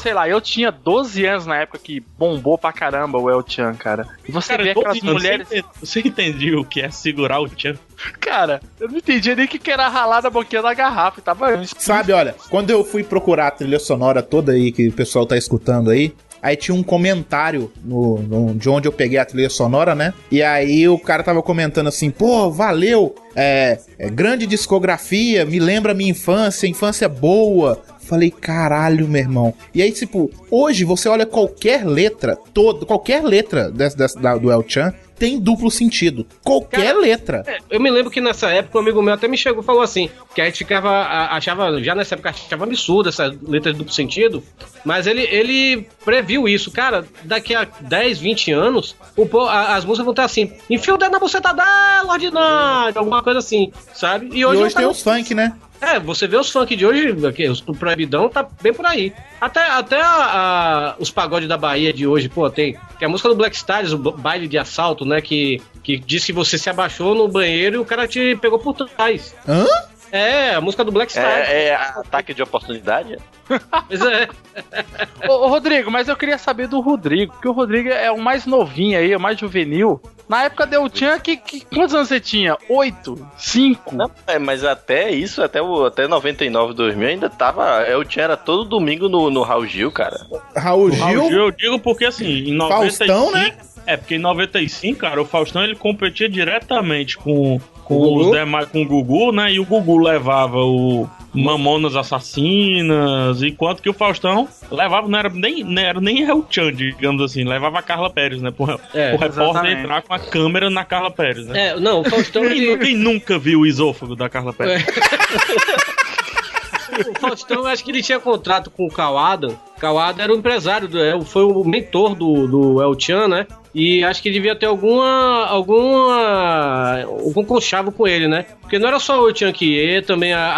Speaker 2: Sei lá, eu tinha 12 anos na época que bombou pra caramba o El Chan, cara. E você
Speaker 4: Cara,
Speaker 2: vê aquelas
Speaker 4: todo mundo,
Speaker 2: mulheres.
Speaker 4: Você, entende- você entendia o que é segurar o tchan?
Speaker 2: Cara, eu não entendia nem o que que era ralar da boquinha da garrafa. e Tava
Speaker 7: Sabe, olha, quando eu fui procurar a trilha sonora toda aí que o pessoal tá escutando aí, aí tinha um comentário no, no- de onde eu peguei a trilha sonora, né? E aí o cara tava comentando assim, pô, valeu, é, é grande discografia, me lembra minha infância, infância é boa. Falei, caralho, meu irmão. E aí, tipo, hoje você olha qualquer letra, todo, qualquer letra dessa, dessa- da- do El Chan tem duplo sentido. Qualquer letra.
Speaker 11: É, Eu me lembro que nessa época um amigo meu até me chegou e falou assim, que a gente ficava, a- achava, já nessa época achava absurdo essas letras de duplo sentido, mas ele, ele previu isso, cara, daqui a 10, 20 anos, o po- a- as músicas vão estar assim, enfia o dedo na buceta dela, ordinário, alguma coisa assim, sabe?
Speaker 7: E hoje, é um
Speaker 11: não tá
Speaker 7: tem
Speaker 11: no-
Speaker 7: os funk, né?
Speaker 11: é, você vê os funk de hoje, aqui, os- o proibidão tá bem por aí. Até, até a- a- os pagodes da Bahia de hoje, pô, tem. Tem a música do Black Stars, o ba- baile de assalto, né? Que, que diz que você se abaixou no banheiro e o cara te pegou por trás.
Speaker 7: Hã?
Speaker 11: É, a música do Black Stars.
Speaker 3: É, é ataque de oportunidade?
Speaker 11: Pois é.
Speaker 2: ô, ô, Rodrigo, mas eu queria saber do Rodrigo, porque o Rodrigo é o mais novinho aí, é o mais juvenil. Na época do El Chan, que, que- quantos anos você tinha? Oito? Cinco?
Speaker 3: Não, é, mas até isso, até, o, até 99, 2000, ainda tava. Eu tinha era todo domingo no, no Raul Gil, cara.
Speaker 7: Raul
Speaker 4: Gil? eu digo porque assim, em 95...
Speaker 3: Faustão,
Speaker 7: né?
Speaker 4: É, porque em 95, cara, o Faustão ele competia diretamente com,
Speaker 7: O
Speaker 4: com
Speaker 7: Gugu?
Speaker 4: os demais, com o Gugu, né? E o Gugu levava o Mamonas Assassinas, enquanto que o Faustão levava, não era nem, não era nem El Chan, digamos assim, levava a Carla Pérez, né? Pro,
Speaker 11: É,
Speaker 4: pro repórter
Speaker 11: exatamente.
Speaker 4: entrar com a câmera na Carla Pérez, né?
Speaker 11: É, não, o Faustão,
Speaker 4: Quem,
Speaker 11: ele-
Speaker 4: quem nunca viu o esôfago da Carla Pérez?
Speaker 11: O Faustão, eu acho que ele tinha contrato com o Kawada. Kawada era o empresário, do, é, foi o mentor do, do El Chan, né? E acho que devia ter alguma. alguma. algum conchavo com ele, né? Porque não era só o El Chan que ia, também a.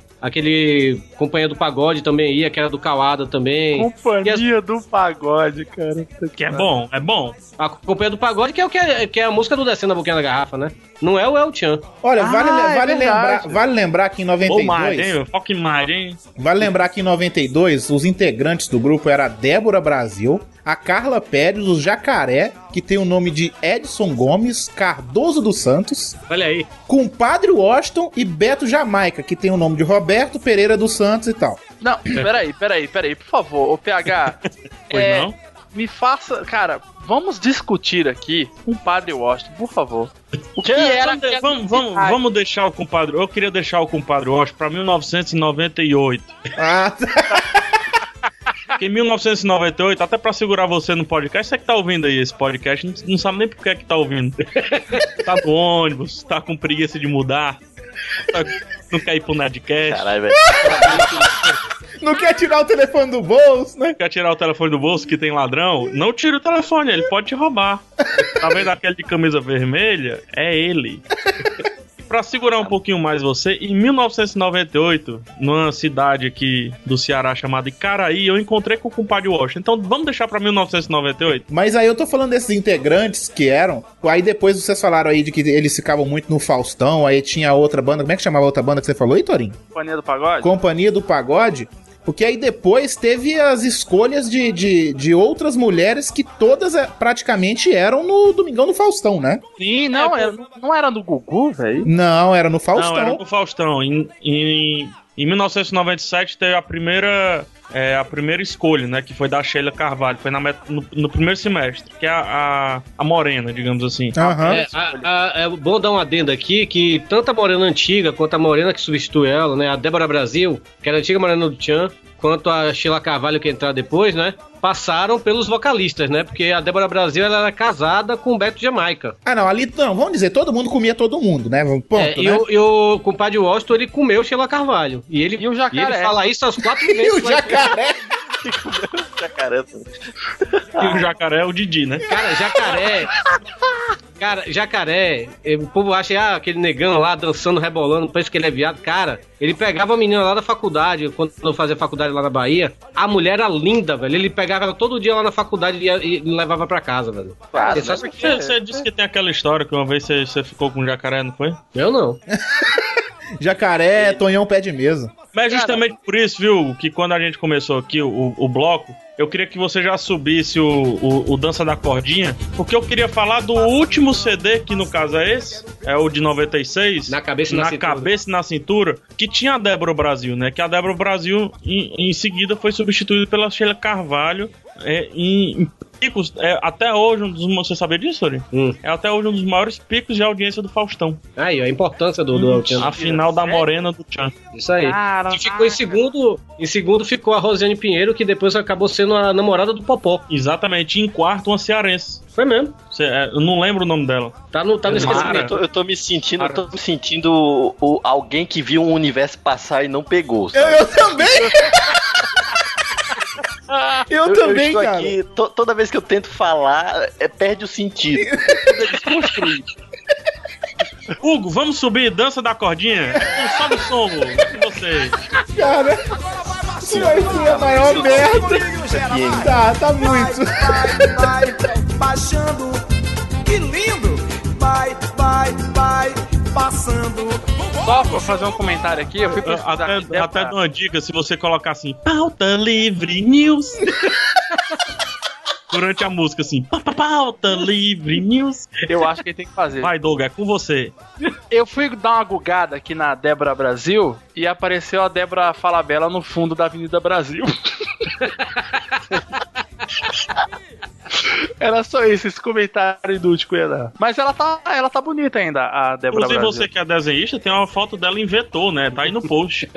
Speaker 11: a- Aquele companheiro do pagode também ia, que era do Kawada também.
Speaker 2: Companhia do pagode, cara.
Speaker 4: Que é bom, é bom.
Speaker 11: A companhia do pagode que é, o que é, que é a música do Descendo a Boquinha da Garrafa, né? Não é o El Chan.
Speaker 7: Olha, vale, vale, lembrar, vale lembrar que em 92.
Speaker 4: Foque mais, hein?
Speaker 7: Vale lembrar que em 92 os integrantes do grupo era a Débora Brasil, a Carla Pérez, o Jacaré, que tem o nome de Edson Gomes, Cardoso dos Santos.
Speaker 11: Olha aí.
Speaker 7: Compadre Washington e Beto Jamaica, que tem o nome de Roberto Pereira dos Santos e tal.
Speaker 2: Não, peraí, peraí, peraí, por favor, ô PH.
Speaker 7: Pois
Speaker 2: é,
Speaker 7: não?
Speaker 2: Me faça. Cara, vamos discutir aqui com o padre Washington, por favor. O que era
Speaker 4: vamos, de- vamos, vamos, vamos deixar o compadre. Eu queria deixar o compadre Washington pra 1998.
Speaker 7: Ah,
Speaker 4: Porque em 1998, até pra segurar você no podcast, você que tá ouvindo aí esse podcast, não, não sabe nem por que é que tá ouvindo. tá no ônibus, tá com preguiça de mudar, tá, não quer ir pro Nerdcast.
Speaker 3: Caralho, velho.
Speaker 7: Não quer tirar o telefone do bolso, né?
Speaker 4: Quer tirar o telefone do bolso que tem ladrão? Não tira o telefone, ele pode te roubar. Tá vendo aquele de camisa vermelha? É ele. E Pra segurar um pouquinho mais você, em 1998, numa cidade aqui do Ceará chamada Icaraí, eu encontrei com o compadre Washington. Então vamos deixar pra 1998?
Speaker 7: Mas aí eu tô falando desses integrantes que eram. Aí depois vocês falaram aí de que eles ficavam muito no Faustão, aí tinha outra banda. Como é que chamava a outra banda que você falou, hein, Torinho?
Speaker 2: Companhia do pagode?
Speaker 7: Companhia do Pagode. Porque aí depois teve as escolhas de, de, de outras mulheres que todas eh, praticamente eram no Domingão do Faustão, né?
Speaker 2: Sim, não, era- não era no Gugu, velho?
Speaker 7: Não, era no Faustão.
Speaker 4: Não, era no Faustão. Em, em, em 1997 teve a primeira é, a primeira escolha, né? Que foi da Sheila Carvalho, foi na met- no, no primeiro semestre, que é a, a, a Morena, digamos assim.
Speaker 11: É, a- a- é bom dar um adendo aqui que tanto a Morena antiga quanto a Morena que substitui ela, né? A Débora Brasil, que era a antiga Morena do Tchan, quanto a Sheila Carvalho que entrar depois, né? Passaram pelos vocalistas, né? Porque a Débora Brasil ela era casada com o Beto Jamaica.
Speaker 1: Ah, não, ali, não, vamos dizer, todo mundo comia todo mundo, né? Vamos- Ponto,
Speaker 11: É, e,
Speaker 1: né?
Speaker 11: o, e o compadre Washington, ele comeu Sheila Carvalho. E ele, e o
Speaker 1: jacaré.
Speaker 11: ele fala isso às quatro
Speaker 1: E
Speaker 11: vezes.
Speaker 1: o jacaré?
Speaker 3: jacaré.
Speaker 4: E o jacaré é o Didi, né?
Speaker 11: Cara, jacaré. Cara, jacaré, eh, o povo acha ah, aquele negão lá dançando, rebolando, pensa que ele é viado. Cara, ele pegava a menina lá da faculdade, quando eu fazia faculdade lá na Bahia. A mulher era linda, velho. Ele pegava ela todo dia lá na faculdade e, ia- e levava pra casa, velho. É só
Speaker 4: Você,
Speaker 11: isso que-
Speaker 4: você disse que tem aquela história que uma vez você, você ficou com um jacaré, não foi?
Speaker 11: Eu não.
Speaker 1: Jacaré, Tonhão pé de mesa.
Speaker 4: Mas justamente por isso, viu, que quando a gente começou aqui o, o bloco, eu queria que você já subisse o, o, o Dança da Cordinha, porque eu queria falar do último CD, que no caso é esse, é o de 96. Na
Speaker 11: cabeça e na cintura.
Speaker 4: cabeça e na cintura, que tinha a Débora Brasil, né? Que a Débora Brasil, em, em seguida, foi substituída pela Sheila Carvalho é, em, em picos. é, até hoje, um dos. Você sabia disso, Ori? É até hoje um dos maiores picos de audiência do Faustão.
Speaker 11: Hum. Aí, ó, a importância do, do Tchan.
Speaker 4: A final da Morena do Tchan.
Speaker 11: Isso aí.
Speaker 4: Cara,
Speaker 11: Que ficou em segundo, em segundo ficou a Rosiane Pinheiro, que depois acabou sendo a namorada do Popó.
Speaker 4: Exatamente, e em quarto uma cearense. é,
Speaker 11: Foi mesmo.
Speaker 4: eu não lembro o nome dela.
Speaker 11: Tá no, tá no esquecimento.
Speaker 3: Eu tô, eu tô me sentindo, eu tô me sentindo o- o- alguém que viu um universo passar e não pegou. sabe?
Speaker 1: Eu também! Eu também,
Speaker 3: estou
Speaker 1: cara.
Speaker 3: aqui, to- toda vez que eu tento falar, é, perde o sentido. Tudo é desconstruído.
Speaker 4: Hugo, vamos subir dança da cordinha? Então Sobe o som, Hugo. E você?
Speaker 1: Cara, isso vai ser a maior merda.
Speaker 12: vai.
Speaker 1: Tá, tá muito.
Speaker 12: Vai, vai, baixando. Que lindo! Vai, vai, vai, passando.
Speaker 2: Só pra fazer um comentário aqui, eu fui pesquisar
Speaker 4: Até,
Speaker 2: aqui, deu
Speaker 4: até
Speaker 2: pra-
Speaker 4: dou uma dica, se você colocar assim, pauta livre news. Durante a música, assim, "Pa- pa- pauta livre news.
Speaker 2: Eu acho que ele tem que fazer.
Speaker 4: Vai, Doug, é com você.
Speaker 2: Eu fui dar uma gugada aqui na Débora Brasil e apareceu a Débora Falabella no fundo da Avenida Brasil. Era só isso, esse comentário inútil que eu ia dar. Mas ela tá, ela tá bonita ainda, a Débora
Speaker 4: Inclusive,
Speaker 2: Brasil.
Speaker 4: você que é desenhista, tem uma foto dela inventou, né? Tá aí no post.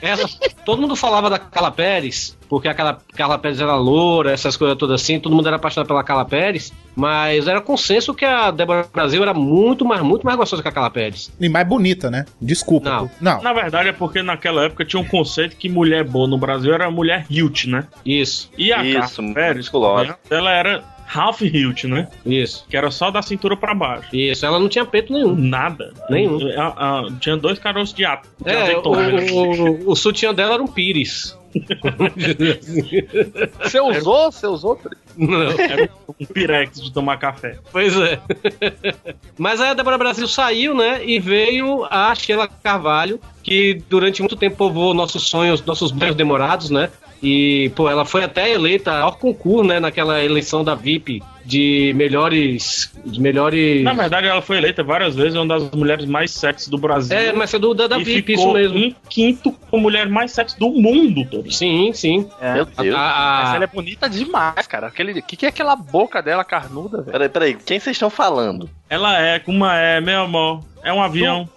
Speaker 11: Ela- todo mundo falava da Carla Pérez, porque a Carla, Carla Pérez era loura, essas coisas todas assim, todo mundo era apaixonado pela Carla Pérez, mas era consenso que a Débora Brasil era muito mais, muito mais gostosa que a Carla Pérez.
Speaker 1: E mais bonita, né? Desculpa. Não. não.
Speaker 4: Na verdade é porque naquela época tinha um conceito que mulher boa no Brasil era mulher Hilt, né?
Speaker 11: Isso.
Speaker 4: E a
Speaker 3: Isso,
Speaker 4: Carla Pérez,
Speaker 3: musculosa.
Speaker 4: né, ela era Half Hilt, né?
Speaker 11: Isso.
Speaker 4: Que era só da cintura pra baixo.
Speaker 11: Isso, ela não tinha peito nenhum.
Speaker 4: Nada. É,
Speaker 11: Nenhum.
Speaker 4: A- a- tinha dois caroços de ato. de
Speaker 11: É, o,
Speaker 4: azeitona, né?
Speaker 11: o, o, o sutiã dela era um pires.
Speaker 2: Você usou? Você usou?
Speaker 11: Não.
Speaker 4: Era um pirex de tomar café.
Speaker 11: Pois é. Mas aí a Débora Brasil saiu, né? E veio a Sheila Carvalho, que durante muito tempo povoou nossos sonhos, nossos banhos demorados, né? E, pô, ela foi até eleita ao concurso, né? Naquela eleição da VIP de melhores. De melhores.
Speaker 4: Na verdade, ela foi eleita várias vezes uma das mulheres mais sexy do Brasil.
Speaker 11: É, mas é do, da, da
Speaker 4: E
Speaker 11: VIP,
Speaker 4: ficou
Speaker 11: isso mesmo.
Speaker 4: Em quinto, com a mulher mais sexy do mundo, todo.
Speaker 11: Sim, sim.
Speaker 2: Meu
Speaker 3: Deus.
Speaker 2: Mas ela é bonita demais, cara. O que, que é aquela boca dela carnuda, velho?
Speaker 3: Peraí, peraí, quem vocês estão falando?
Speaker 4: Ela é, como é, meu amor. É um avião.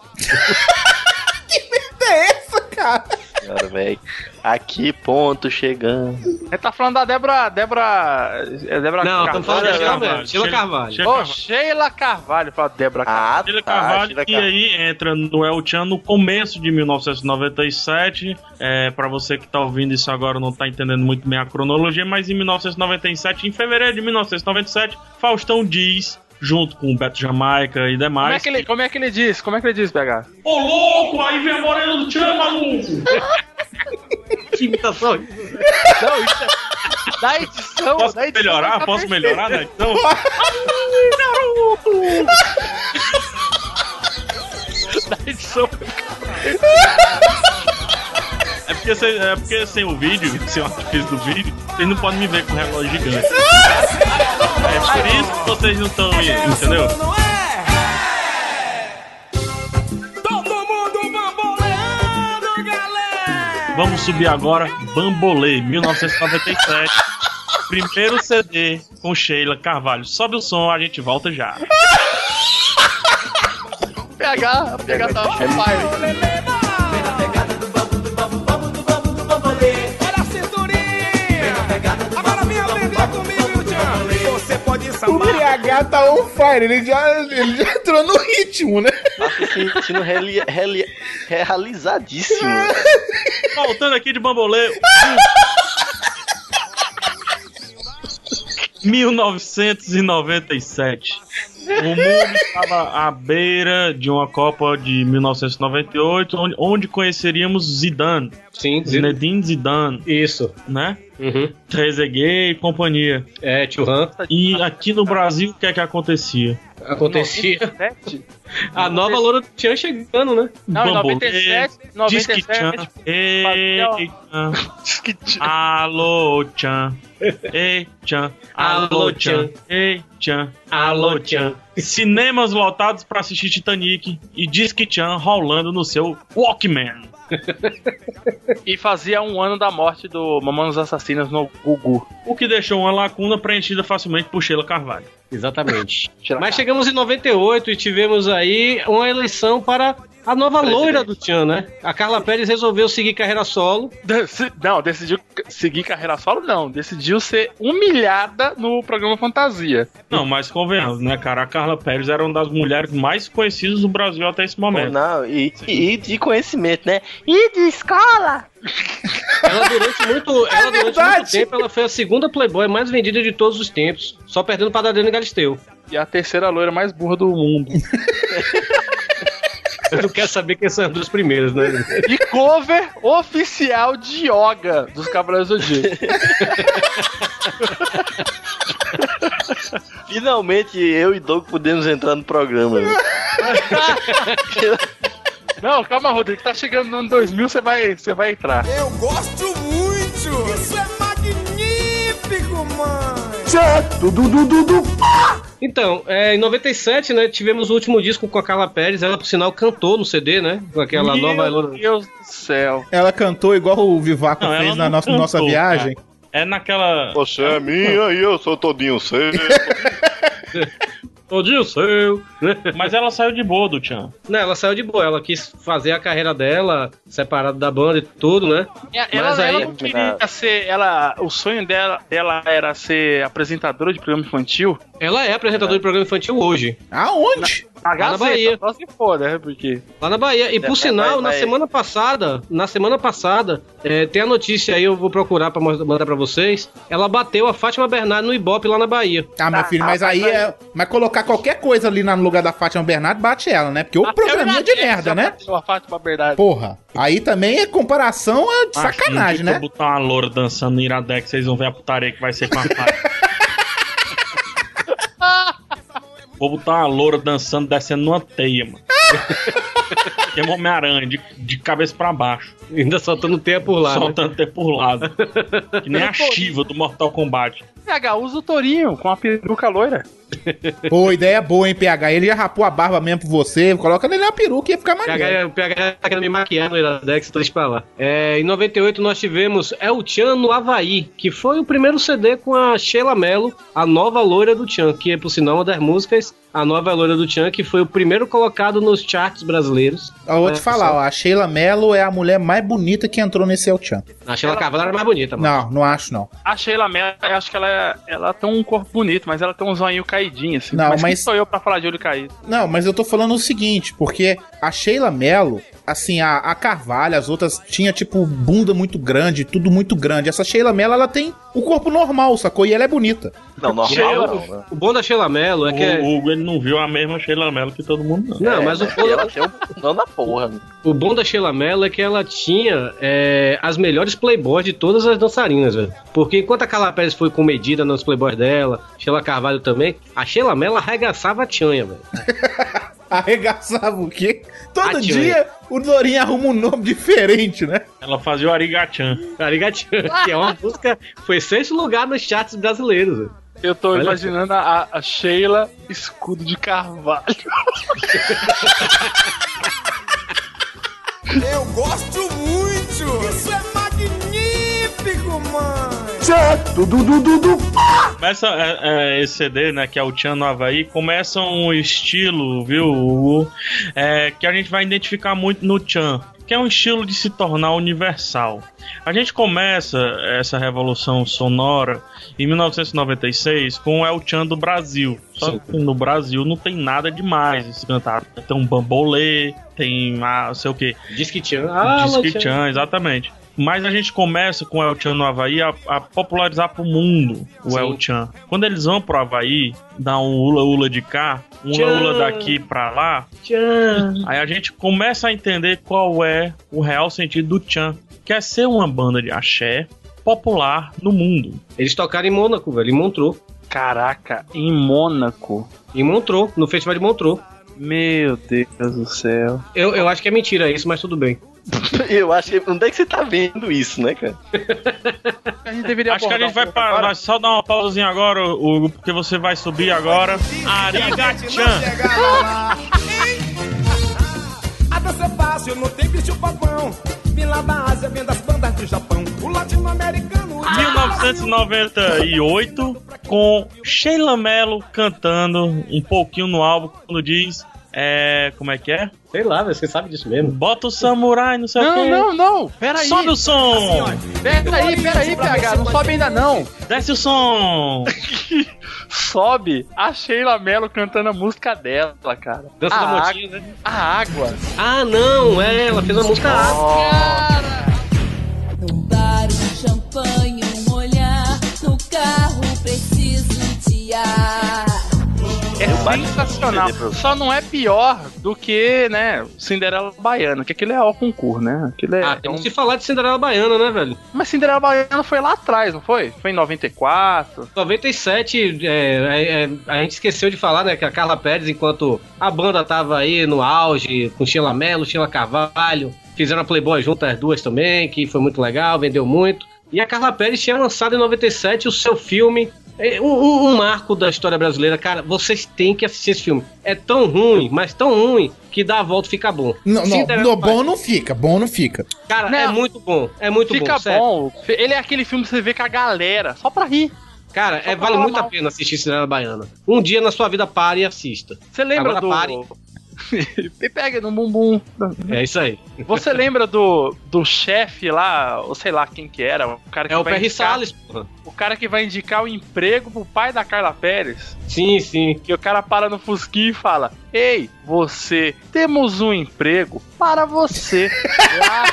Speaker 1: é essa, cara?
Speaker 3: Cara, velho. A que ponto chegando?
Speaker 2: Ele tá falando da Débora. Débora. é Débora Carvalho.
Speaker 11: Não, estamos falando da Sheila
Speaker 2: Carvalho.
Speaker 11: Carvalho. Sheila Carvalho.
Speaker 2: Sheila Carvalho. Ô, Sheila Carvalho. Fala Débora
Speaker 3: Carvalho.
Speaker 4: Sheila Carvalho,
Speaker 2: Sheila
Speaker 4: que
Speaker 2: Carvalho.
Speaker 4: aí entra no El Chan no começo de 1997. É, para você que tá ouvindo isso agora, não tá entendendo muito bem a cronologia, mas em 1997, em fevereiro de 1997, Faustão diz, junto com o Beto Jamaica e
Speaker 2: Como é,
Speaker 4: demais.
Speaker 2: que ele, como é que ele diz? Como é que ele diz, BH?
Speaker 4: Ô louco, aí vem a Morena do Tchan, maluco!
Speaker 11: que imitação.
Speaker 2: Não, isso é. Da edição.
Speaker 4: Posso
Speaker 2: da edição
Speaker 4: melhorar?
Speaker 2: tá
Speaker 4: Posso
Speaker 2: perfeito.
Speaker 4: melhorar na edição?
Speaker 2: da edição.
Speaker 4: É porque, cê- é porque sem o vídeo, sem o artifício do vídeo, vocês não podem me ver com o relógio gigante. É por isso que vocês não estão aí, entendeu?
Speaker 12: Todo mundo bamboleando, galera!
Speaker 4: Vamos subir agora Bambolê, 1997. Primeiro CD com Sheila Carvalho. Sobe o som, a gente volta já.
Speaker 2: PH, PH tava com pai.
Speaker 14: Olha a cinturinha. Agora minha lenda é comigo e o Tchan. Você pode
Speaker 7: O
Speaker 14: sambar.
Speaker 7: PH tá on fire, ele já, ele já entrou no ritmo, né?
Speaker 3: Assim, sendo reli- reli- realizadíssimo.
Speaker 4: Voltando aqui de Bambolê. 1997. O mundo estava à beira de uma Copa de 1998, onde, onde conheceríamos Zidane.
Speaker 11: Sim,
Speaker 4: Zinedine Zidane.
Speaker 11: Isso.
Speaker 4: Né? Uhum. Trezeguet e companhia.
Speaker 11: É, Churran.
Speaker 4: E aqui no Brasil, o que é que acontecia?
Speaker 11: Acontecia. A nova Loura do Tchan chegando, né?
Speaker 4: Não, em 97,
Speaker 11: 97.
Speaker 4: 97, Ei, Tchan. Alô, Tchan. Ei, Tchan. Alô, Tchan. Ei, Tchan. Alô, Tchan. Cinemas lotados pra assistir Titanic e Disque Tchan rolando no seu Walkman.
Speaker 2: E fazia um ano da morte do Mamonas Assassinas no Gugu.
Speaker 4: O que deixou uma lacuna preenchida facilmente por Sheila Carvalho.
Speaker 11: Exatamente. Mas chegamos em 98 e tivemos aí uma eleição para a nova loira do Tchan, né? A Carla Pérez resolveu seguir carreira solo.
Speaker 2: Não, decidiu seguir carreira solo, não. Decidiu ser humilhada no programa Fantasia.
Speaker 4: Não, mas convenhamos, né, cara? A Carla Pérez era uma das mulheres mais conhecidas do Brasil até esse momento.
Speaker 3: Não, e, e de conhecimento, né?
Speaker 14: E de escola?
Speaker 11: Ela durante muito, ela, durante muito tempo ela foi a segunda Playboy mais vendida de todos os tempos, só perdendo para Adriana Galisteu.
Speaker 2: E a terceira loira mais burra do mundo.
Speaker 11: Eu não quero saber quem são as duas primeiras, né?
Speaker 2: E cover oficial de yoga dos Cavaleiros do Zodíaco.
Speaker 3: Finalmente eu e Doug podemos entrar no programa. né?
Speaker 2: Não, calma, Rodrigo, tá chegando no ano 2000, você vai, você vai entrar.
Speaker 14: Eu gosto muito! Isso é magnífico, mãe!
Speaker 11: Então, é, em 97, né, tivemos o último disco com a Carla Pérez, ela por sinal cantou no CD, né? Com aquela
Speaker 2: Meu
Speaker 11: nova Elona.
Speaker 2: Deus do céu.
Speaker 7: Ela cantou igual o Vivaco
Speaker 4: Não, ela
Speaker 7: fez na
Speaker 4: não
Speaker 7: nossa, nossa
Speaker 4: cantou,
Speaker 7: viagem.
Speaker 4: cara. É naquela.
Speaker 3: Você é minha e eu sou todinho seu.
Speaker 4: Todinho seu. Mas ela saiu de boa do Tchan.
Speaker 11: Não, ela saiu de boa, ela quis fazer a carreira dela, separada da banda e tudo, né?
Speaker 2: Ela,
Speaker 11: Mas
Speaker 2: ela
Speaker 11: aí-
Speaker 2: não queria ser. Ela, o sonho dela, dela era ser apresentadora de programa infantil.
Speaker 11: Ela é apresentadora de programa infantil hoje.
Speaker 7: Aonde?
Speaker 2: Na,
Speaker 11: Lá na
Speaker 2: Gazeta,
Speaker 11: Bahia.
Speaker 2: Só se for, né? Porque.
Speaker 11: Lá na Bahia. E por
Speaker 2: É,
Speaker 11: sinal,
Speaker 2: vai-
Speaker 11: na
Speaker 2: vai-
Speaker 11: semana passada, na semana passada, é, tem a notícia aí, eu vou procurar pra mos- mandar pra vocês. Ela bateu a Fátima Bernardo no Ibope lá na Bahia.
Speaker 7: Ah, meu filho, mas aí é. Mas colocar qualquer coisa ali na- no lugar da Fátima Bernardo bate ela, né? Porque
Speaker 4: Ah, é
Speaker 7: o programinha de merda, né?
Speaker 2: Uma Fátima Bernardo.
Speaker 7: Porra, aí também é comparação
Speaker 4: Ah,
Speaker 7: é de sacanagem, né?
Speaker 4: botar uma loura dançando no Iradex, vocês vão ver a putaria que vai ser com a Fátima. Vou botar uma loura dançando, descendo numa teia, mano. Que é um Homem-Aranha, de, de cabeça pra baixo.
Speaker 11: Ainda soltando teia por lá. né?
Speaker 4: Soltando teia por lado. Que nem a Shiva do Mortal Kombat.
Speaker 2: PH usa o tourinho com a peruca loira.
Speaker 7: Pô, ideia boa, hein, PH? Ele já rapou a barba mesmo por você, coloca nele na peruca e ia ficar maneiro.
Speaker 4: é,
Speaker 11: PH, o PH tá querendo me maquiar no Iradex, tô deixa pra lá. É, em 98 nós tivemos El Chan no Havaí, que foi o primeiro CD com a Sheila Mello, a nova loira do Chan, que é por sinal uma das músicas, a nova loira do Chan, que foi o primeiro colocado nos charts brasileiros.
Speaker 7: Eu vou
Speaker 11: É,
Speaker 7: te falar, ó, a Sheila Mello é a mulher mais bonita que entrou nesse El Chan.
Speaker 11: A Sheila Carvalho era mais bonita, mano.
Speaker 7: Não, não acho, não.
Speaker 2: A Sheila Mello, eu acho que ela, ela tem um corpo bonito, mas ela tem um zoinho caidinho, assim.
Speaker 7: Não,
Speaker 2: quem
Speaker 7: mas-
Speaker 2: sou eu pra falar de olho caído?
Speaker 7: Não, mas eu tô falando o seguinte, porque a Sheila Mello, assim, a, a Carvalho, as outras, tinha, tipo, bunda muito grande, tudo muito grande. Essa Sheila Mello, ela tem o corpo normal, sacou? E ela é bonita.
Speaker 3: Não, normal
Speaker 11: Sheila-
Speaker 3: não, né?
Speaker 11: O bom da Sheila Mello é que. é-
Speaker 4: O Hugo ele não viu a mesma Sheila Mello que todo mundo, não.
Speaker 3: né? É.
Speaker 11: Não, mas o bom,
Speaker 3: Ela tem um não da porra. né?
Speaker 11: o bom da Sheila Mello é que ela tinha é, as melhores playboys de todas as dançarinas, velho. Porque enquanto a Carla Pérez foi comedida nos playboys dela, Sheila Carvalho também, a Sheila Mello arregaçava a tchanha, velho.
Speaker 7: Arregaçava o quê? Todo
Speaker 11: A tia.
Speaker 7: dia o Dorinha arruma um nome diferente, né?
Speaker 4: Ela fazia o Arigachan.
Speaker 11: Arigatchan, que é uma música, foi sexto lugar nos charts brasileiros, velho.
Speaker 2: Eu tô
Speaker 11: Olha
Speaker 2: imaginando a, a Sheila escudo de carvalho.
Speaker 14: Eu gosto muito! Isso é
Speaker 12: Chato, du, du, du, du.
Speaker 4: Começa é, é, esse CD, né? Que é o Tchan no Havaí. Começa um estilo, viu, Hugo? É, que a gente vai identificar muito no Tchan. Que é um estilo de se tornar universal. A gente começa essa revolução sonora em 1996 com o El Chan do Brasil. Só que no Brasil não tem nada demais esse cantar. Tem um bambolê, tem ah, sei o que.
Speaker 11: Disque Chan. Ah,
Speaker 4: Disque
Speaker 11: Chan.
Speaker 4: Chan, exatamente. Mas a gente começa com o El Chan no Havaí a, a popularizar pro mundo o
Speaker 11: Sim.
Speaker 4: El Chan. Quando eles vão pro Havaí, dá um ula-ula de cá, um
Speaker 11: Chan.
Speaker 4: ula-ula daqui pra lá,
Speaker 11: Tchan.
Speaker 4: Aí a gente começa a entender qual é o real sentido do Chan, que é ser uma banda de axé popular no mundo.
Speaker 11: Eles tocaram em Mônaco, velho, em Montreux.
Speaker 2: Caraca, em Mônaco?
Speaker 11: Em Montreux, no festival de Montreux.
Speaker 2: Meu Deus do céu.
Speaker 11: Eu, eu acho que é mentira isso, mas tudo bem.
Speaker 3: Eu acho que. Onde é que você tá vendo isso, né, cara?
Speaker 2: A gente deveria
Speaker 4: Acho que a gente vai parar, vai só dar uma pausazinha agora, Hugo, porque você vai subir agora. Arigatchan!
Speaker 12: A dança é fácil, não tem bicho papão. Vim lá da Ásia, vem das bandas do Japão. O latino-americano.
Speaker 4: 1998, com Sheila Mello cantando um pouquinho no álbum, quando diz. É. Como é que é?
Speaker 11: Sei lá, você sabe disso mesmo.
Speaker 4: Bota o samurai, não sei o
Speaker 2: Não,
Speaker 4: quê.
Speaker 2: não, é Assim, não. Pera aí.
Speaker 4: Sobe o som!
Speaker 2: Peraí, peraí, PH. Não sobe ainda não.
Speaker 4: Desce o som!
Speaker 2: sobe a Sheila Mello cantando a música dela, cara.
Speaker 11: Dança
Speaker 2: a
Speaker 11: da
Speaker 2: água-
Speaker 11: motinha, né?
Speaker 2: A água.
Speaker 11: Ah, não, é, ela fez uma música.
Speaker 15: Num bar, um champanhe, um olhar. No carro preciso de ar.
Speaker 2: É sensacional. Só não é pior do que, né, Cinderela Baiana, que aquilo é ao concurso, né? Aquilo é.
Speaker 11: Ah, temos que falar de Cinderela Baiana, né, velho?
Speaker 2: Mas Cinderela Baiana foi lá atrás, não foi? Foi em 94.
Speaker 11: 97, é, é, é, a gente esqueceu de falar, né, que a Carla Pérez, enquanto a banda tava aí no auge, com Sheila Mello, Sheila Carvalho, fizeram a Playboy juntas, as duas também, que foi muito legal, vendeu muito. E a Carla Pérez tinha lançado em 97 o seu filme, é, um, um- um marco da história brasileira. Cara, vocês têm que assistir esse filme. É tão ruim, mas tão ruim, que dá a volta e fica bom.
Speaker 1: Não, não,
Speaker 11: Cinderela
Speaker 1: não,
Speaker 11: Baiana.
Speaker 1: bom não fica, bom não fica.
Speaker 11: Cara, é muito bom. É muito
Speaker 2: Fica
Speaker 11: bom. sério.
Speaker 2: bom. Ele é aquele filme que você vê com a galera, só pra rir.
Speaker 11: Cara, é, vale
Speaker 2: falar
Speaker 11: muito a
Speaker 2: mal.
Speaker 11: pena assistir Cinderela Baiana. Um dia na sua vida pare e assista.
Speaker 2: Você lembra
Speaker 11: Agora
Speaker 2: do.
Speaker 11: pare.
Speaker 2: Me pega no bumbum.
Speaker 11: É isso aí.
Speaker 2: Você lembra do, do chefe lá, ou sei lá quem que era, o cara que
Speaker 11: É o
Speaker 2: vai
Speaker 11: Perry
Speaker 2: indicar-
Speaker 11: Salles, porra.
Speaker 2: O cara que vai indicar o emprego pro pai da Carla Pérez.
Speaker 11: Sim, sim.
Speaker 2: Que o cara para no fusquinho e fala: Ei, você, temos um emprego para você. Lá-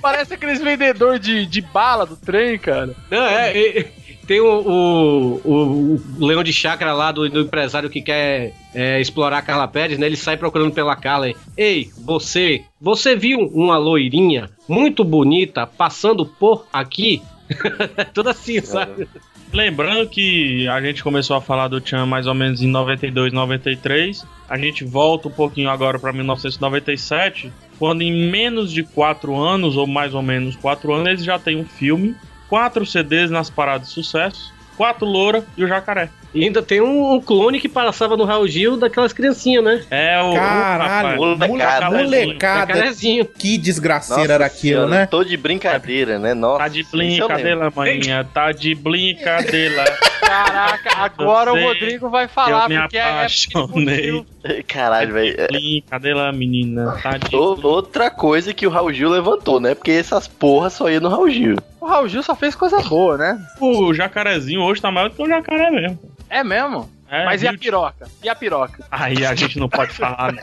Speaker 2: Parece aqueles vendedores de, de bala do trem, cara.
Speaker 11: Não, é, é, é, tem o, o, o- o leão de chácara lá do, do empresário que quer é, explorar a Carla Pérez, né? Ele sai procurando pela Carla. hein? Ei, você, você viu uma loirinha muito bonita passando por aqui? Toda assim, sabe?
Speaker 4: Lembrando que a gente começou a falar do Chan mais ou menos em 92, 93. A gente volta um pouquinho agora para 1997, quando em menos de 4 anos, ou mais ou menos 4 anos, eles já têm um filme, 4 CDs nas paradas de sucesso, 4 Loura e o Jacaré.
Speaker 11: E ainda tem um, um clone que passava no Raul Gil daquelas criancinhas, né?
Speaker 4: É o.
Speaker 1: Caralho,
Speaker 3: Ô,
Speaker 1: molecada,
Speaker 3: rapaz, molecada.
Speaker 1: molecada.
Speaker 11: Jacarezinho.
Speaker 1: Que desgraceira
Speaker 3: Nossa
Speaker 1: era aquilo,
Speaker 3: senhora,
Speaker 1: né?
Speaker 3: Tô de brincadeira, né? Nossa.
Speaker 4: Tá
Speaker 2: é
Speaker 4: de
Speaker 3: isso eu
Speaker 4: brincadeira,
Speaker 3: lembro.
Speaker 4: maninha, tá de brincadeira.
Speaker 2: Caraca, agora o
Speaker 4: sei,
Speaker 2: Rodrigo vai falar,
Speaker 4: eu me
Speaker 2: porque é.
Speaker 4: apaixonei.
Speaker 3: Caralho, velho. é-
Speaker 4: Brincadeira, menina. Tá de...
Speaker 3: O- Outra coisa que o Raul Gil levantou, né? Porque essas porras só ia no Raul Gil.
Speaker 2: O Raul Gil só fez coisa boa, né?
Speaker 4: O jacarezinho hoje tá maior do que o jacaré mesmo.
Speaker 2: É mesmo?
Speaker 4: É,
Speaker 2: Mas e a
Speaker 4: viu,
Speaker 2: piroca? E a piroca?
Speaker 4: Aí a gente não pode falar, né?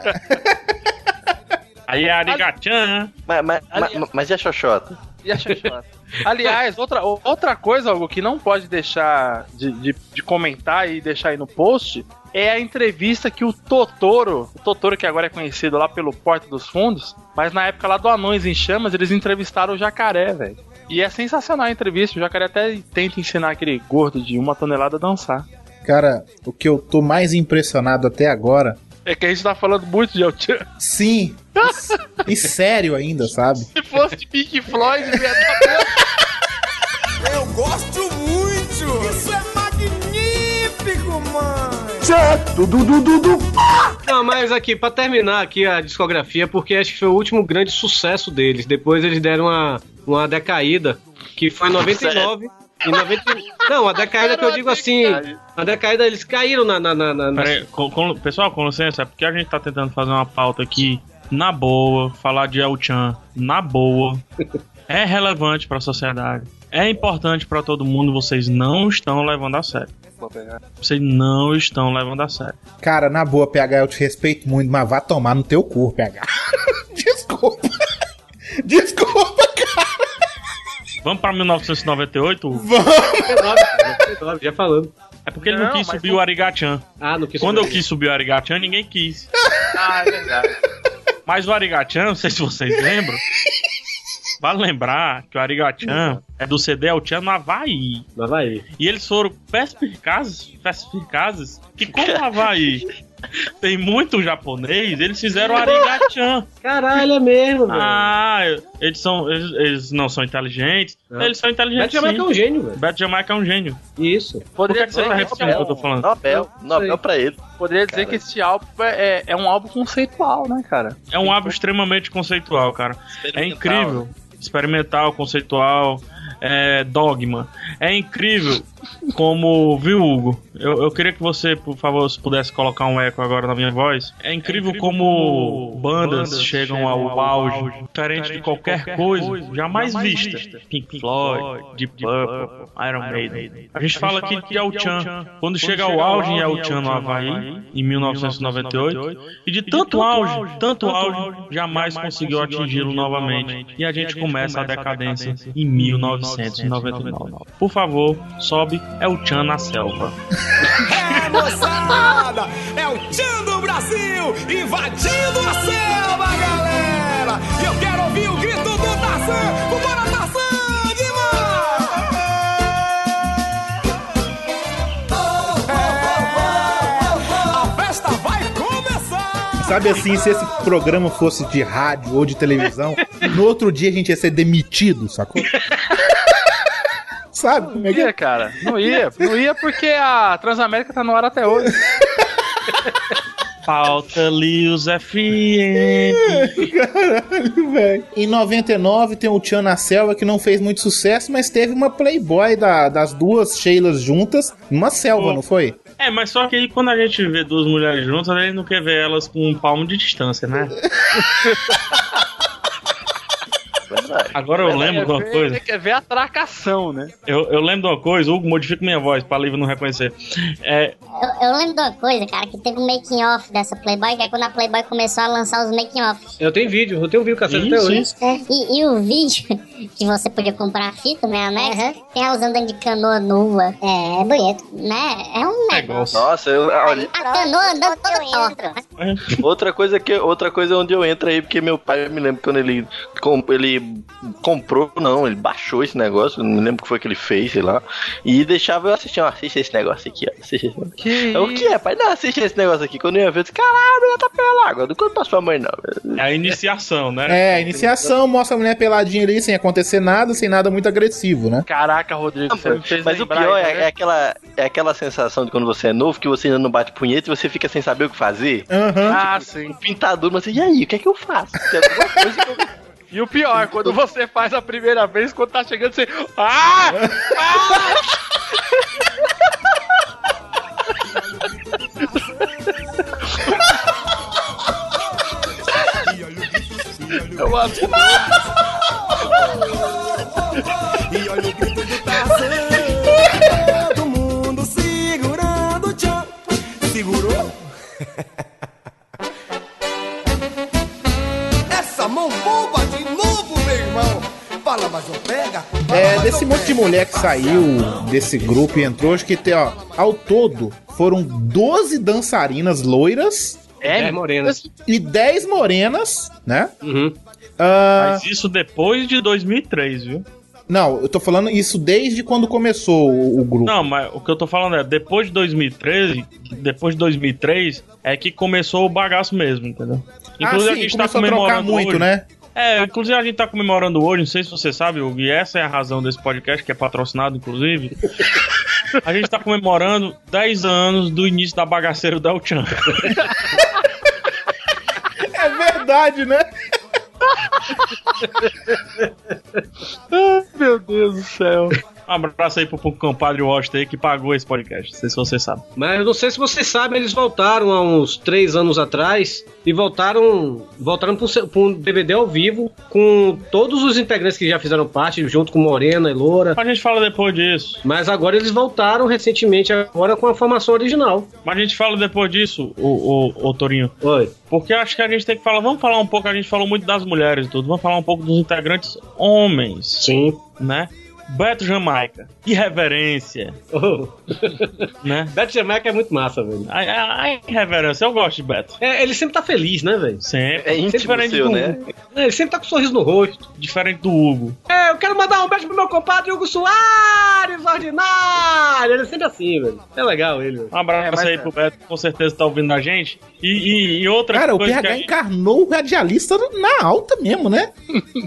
Speaker 4: Aí é Arigachan.
Speaker 3: Mas, mas, mas, mas e a Xoxota?
Speaker 2: E a xoxota? Aliás, outra, outra coisa, algo que não pode deixar de, de- de comentar e deixar aí no post é a entrevista que o Totoro, o Totoro que agora é conhecido lá pelo Porta dos Fundos, mas na época lá do Anões em Chamas, eles entrevistaram o jacaré, velho. E é sensacional a entrevista, o jacaré até tenta ensinar aquele gordo de uma tonelada a dançar.
Speaker 1: Cara, o que eu tô mais impressionado até agora.
Speaker 2: É que a gente tá falando muito de El Chan.
Speaker 1: Sim. e sério ainda, sabe?
Speaker 2: Se fosse de Pink Floyd, eu ia dar
Speaker 12: Eu gosto muito. Isso é magnífico, mãe.
Speaker 11: du, du, du, du. Não, mas aqui, pra terminar aqui a discografia, porque acho que foi o último grande sucesso deles. Depois eles deram uma, uma decaída, que foi em 99. Em 90... e- Não, a decaída que eu digo assim. A decaída eles caíram na. na, na, na- na-
Speaker 4: Pera aí, com- com- pessoal, com licença, é porque a gente tá tentando fazer uma pauta aqui na boa, falar de El-Chan na boa. É relevante pra sociedade. É importante pra todo mundo, vocês não estão levando a sério. Vocês não estão levando a sério.
Speaker 1: Cara, na boa, PH, eu te respeito muito, mas vá tomar no teu cu, PH. Desculpa. Desculpa,
Speaker 4: Vamos pra 1998?
Speaker 11: Vamos! já falando.
Speaker 4: É porque ele não,
Speaker 11: Não,
Speaker 4: quis
Speaker 11: mas
Speaker 4: subir
Speaker 11: não-
Speaker 4: o Arigachan.
Speaker 11: Ah, não quis
Speaker 4: Quando
Speaker 11: subir.
Speaker 4: eu quis subir o Arigachan, ninguém quis.
Speaker 2: Ah, é verdade.
Speaker 4: Mas o Arigachan, não sei se vocês lembram. Vale lembrar que o Arigachan é do CD El Chan no Havaí.
Speaker 11: No Havaí.
Speaker 4: E eles foram perspicazes, perspicazes que como o Havaí tem muito japonês, eles fizeram o Arigachan.
Speaker 11: Caralho, é mesmo, velho.
Speaker 4: Ah, eles, são, eles, eles não são inteligentes. Eles são inteligentes.
Speaker 11: Beto Jamaica
Speaker 4: sim.
Speaker 11: é um gênio, velho.
Speaker 4: Beto Jamaica é um gênio.
Speaker 11: Isso.
Speaker 4: Por que, que você tá repetindo o que eu tô falando?
Speaker 3: Nobel, Nobel pra ele.
Speaker 2: Poderia dizer que esse álbum é, é- é um álbum conceitual, né, cara?
Speaker 4: É um álbum extremamente conceitual, cara. É incrível. Experimental, conceitual, é, dogma. É incrível como, viu, Hugo? Eu, eu queria que você, por favor, se pudesse colocar um eco agora na minha voz. É incrível, como, bandas, chegam, ao, auge, diferente, de qualquer, coisa, jamais, vista. Pink Floyd, Deep Purple, Iron Maiden. A gente fala aqui de El-Chan. É Quando, chega ao auge em El-Chan no Havaí, em 1998, e de tanto auge, tanto auge, jamais conseguiu atingi-lo novamente. E a gente começa a decadência em 1999. Por favor, sobe El-Chan na selva.
Speaker 12: É, moçada! É o Tchan do Brasil invadindo a selva, galera! E eu quero ouvir o grito do Tarzan! O Bora Tarzan, Guimar! A festa vai começar!
Speaker 1: Sabe assim, se esse programa fosse de rádio ou de televisão, no outro dia a gente ia ser demitido, sacou? Sabe como é que
Speaker 2: Não ia, cara. Não ia. Não ia porque a Transamérica tá no ar até hoje.
Speaker 4: Falta Lewis FM.
Speaker 1: Caralho, velho. é? Em 99 tem o Tchan na Selva, que não fez muito sucesso, mas teve uma Playboy da- das duas Sheilas juntas numa selva, não foi?
Speaker 4: É, mas só que aí quando a gente vê duas mulheres juntas, a gente não quer ver elas com um palmo de distância, né? Agora eu lembro de uma
Speaker 2: Quer ver-
Speaker 11: né?
Speaker 4: coisa.
Speaker 2: Quer ver a tracação, né?
Speaker 4: Eu, eu lembro de uma coisa, Hugo, modifica minha voz pra Lívia não reconhecer. É,
Speaker 16: Eu, eu lembro de uma coisa, cara, que teve um making off dessa Playboy, que é quando a Playboy começou a lançar os making offs.
Speaker 11: Eu tenho vídeo, eu tenho vídeo cassete até
Speaker 16: Isso,
Speaker 11: hoje.
Speaker 16: isso. E, e o vídeo que você podia comprar a fita, né, né? Tem elas andando de canoa nua. É, é bonito, né? É um negócio.
Speaker 3: Nossa, eu, olha,
Speaker 16: A canoa andando toda torta. mas
Speaker 3: outra coisa que outra coisa é onde eu entro aí, porque meu pai eu me lembro quando ele com- ele comprou, não, ele baixou esse negócio, não me lembro o que foi que ele fez, sei lá, e deixava eu assistir, ó, assiste esse negócio aqui, ó, assiste esse negócio. Eu, o que é, pai? Não, assiste esse negócio aqui. Quando eu ia ver, eu disse, caralho, ela tá pela água, não conta pra sua mãe, não.
Speaker 4: É a iniciação, né?
Speaker 1: É, a iniciação mostra a mulher peladinha ali sem acontecer nada, sem nada muito agressivo, né?
Speaker 2: Caraca, Rodrigo, você me fez
Speaker 3: Mas o
Speaker 2: lembrar,
Speaker 3: pior é,
Speaker 2: né?
Speaker 3: é aquela, é aquela sensação de quando você é novo, que você ainda não bate punheta e você fica sem saber o que fazer.
Speaker 2: Ah, sim.
Speaker 3: Pintador, mas e aí, o que é que eu faço?
Speaker 2: E o pior, quando você faz a primeira vez, quando tá chegando, você. Ah! ah!
Speaker 12: Eu adoro. E olha o grito do Tarzan. Todo mundo segurando o tchan. Segurou? Essa mão boba de novo, meu irmão. Fala, mas eu pega.
Speaker 1: É, desse monte de mulher que saiu desse grupo e entrou, acho que tem, ó, ao todo foram 12 dançarinas loiras.
Speaker 11: É, Dez morenas.
Speaker 1: E 10 morenas, né?
Speaker 11: Uhum.
Speaker 4: Mas isso depois de 2003, viu?
Speaker 1: Não, eu tô falando isso desde quando começou o, o grupo.
Speaker 4: Não, mas o que eu tô falando é, depois de 2013, depois de 2003, é que começou o bagaço mesmo, entendeu?
Speaker 1: Ah, sim, começou a trocar muito, né?
Speaker 4: tá É, inclusive a gente tá comemorando hoje, não sei se você sabe, Hugo, e essa é a razão desse podcast, que é patrocinado, inclusive. a gente tá comemorando 10 anos do início da bagaceira da Chan.
Speaker 1: É verdade, né?
Speaker 2: Meu Deus do céu.
Speaker 4: Um abraço aí pro, pro compadre Washington aí que pagou esse podcast. Não sei se vocês sabem.
Speaker 11: Mas eu não sei se vocês sabem, eles voltaram há uns três anos atrás e voltaram voltaram pra um, se- pra um DVD ao vivo com todos os integrantes que já fizeram parte, junto com Morena e Loura.
Speaker 4: A gente fala depois disso.
Speaker 11: Mas agora eles voltaram recentemente, agora com a formação original.
Speaker 4: Mas a gente fala depois disso, o, o, Torinho.
Speaker 11: Oi.
Speaker 4: Porque eu acho que a gente tem que falar. Vamos falar um pouco, a gente falou muito das mulheres e tudo. Vamos falar um pouco dos integrantes homens.
Speaker 11: Sim.
Speaker 4: Né? Beto Jamaica. Irreverência. né?
Speaker 11: Beto Jamaica é muito massa, velho.
Speaker 4: Ai, ai, irreverência. Eu gosto de Beto.
Speaker 11: É, ele sempre tá feliz, né, velho?
Speaker 4: Sempre.
Speaker 11: É
Speaker 4: íntimo seu,
Speaker 11: do
Speaker 4: né?
Speaker 11: Hugo. É, Ele sempre tá com um sorriso no rosto.
Speaker 4: Diferente do Hugo.
Speaker 11: É, eu quero mandar um beijo pro meu compadre Hugo Soares, ordinário. Ele é sempre assim, velho. É legal ele. velho.
Speaker 4: Um abraço
Speaker 11: É, mas
Speaker 4: aí
Speaker 11: é.
Speaker 4: pro Beto, que com certeza tá ouvindo a gente. E, e- e outra
Speaker 1: Cara, o
Speaker 4: coisa
Speaker 1: PH
Speaker 11: é
Speaker 4: que a-
Speaker 1: encarnou o radialista na alta mesmo, né?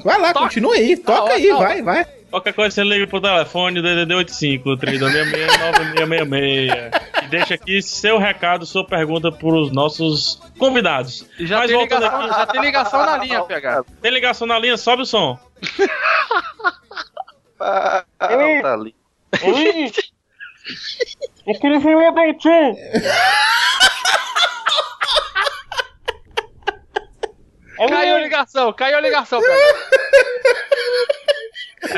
Speaker 1: Vai lá, continua aí,
Speaker 4: Tá
Speaker 1: toca aí, vai, vai.
Speaker 4: Qualquer coisa você liga pro telefone DDD 85 3266 9666 e deixa aqui seu recado, sua pergunta pros nossos convidados.
Speaker 2: Já tem ligação- já tem ligação na Ah, tá. linha, PH.
Speaker 4: Tem ligação na linha, sobe o som.
Speaker 3: tá ali.
Speaker 4: Eu queria falar com o
Speaker 2: Caiu a ligação, caiu a ligação, PH.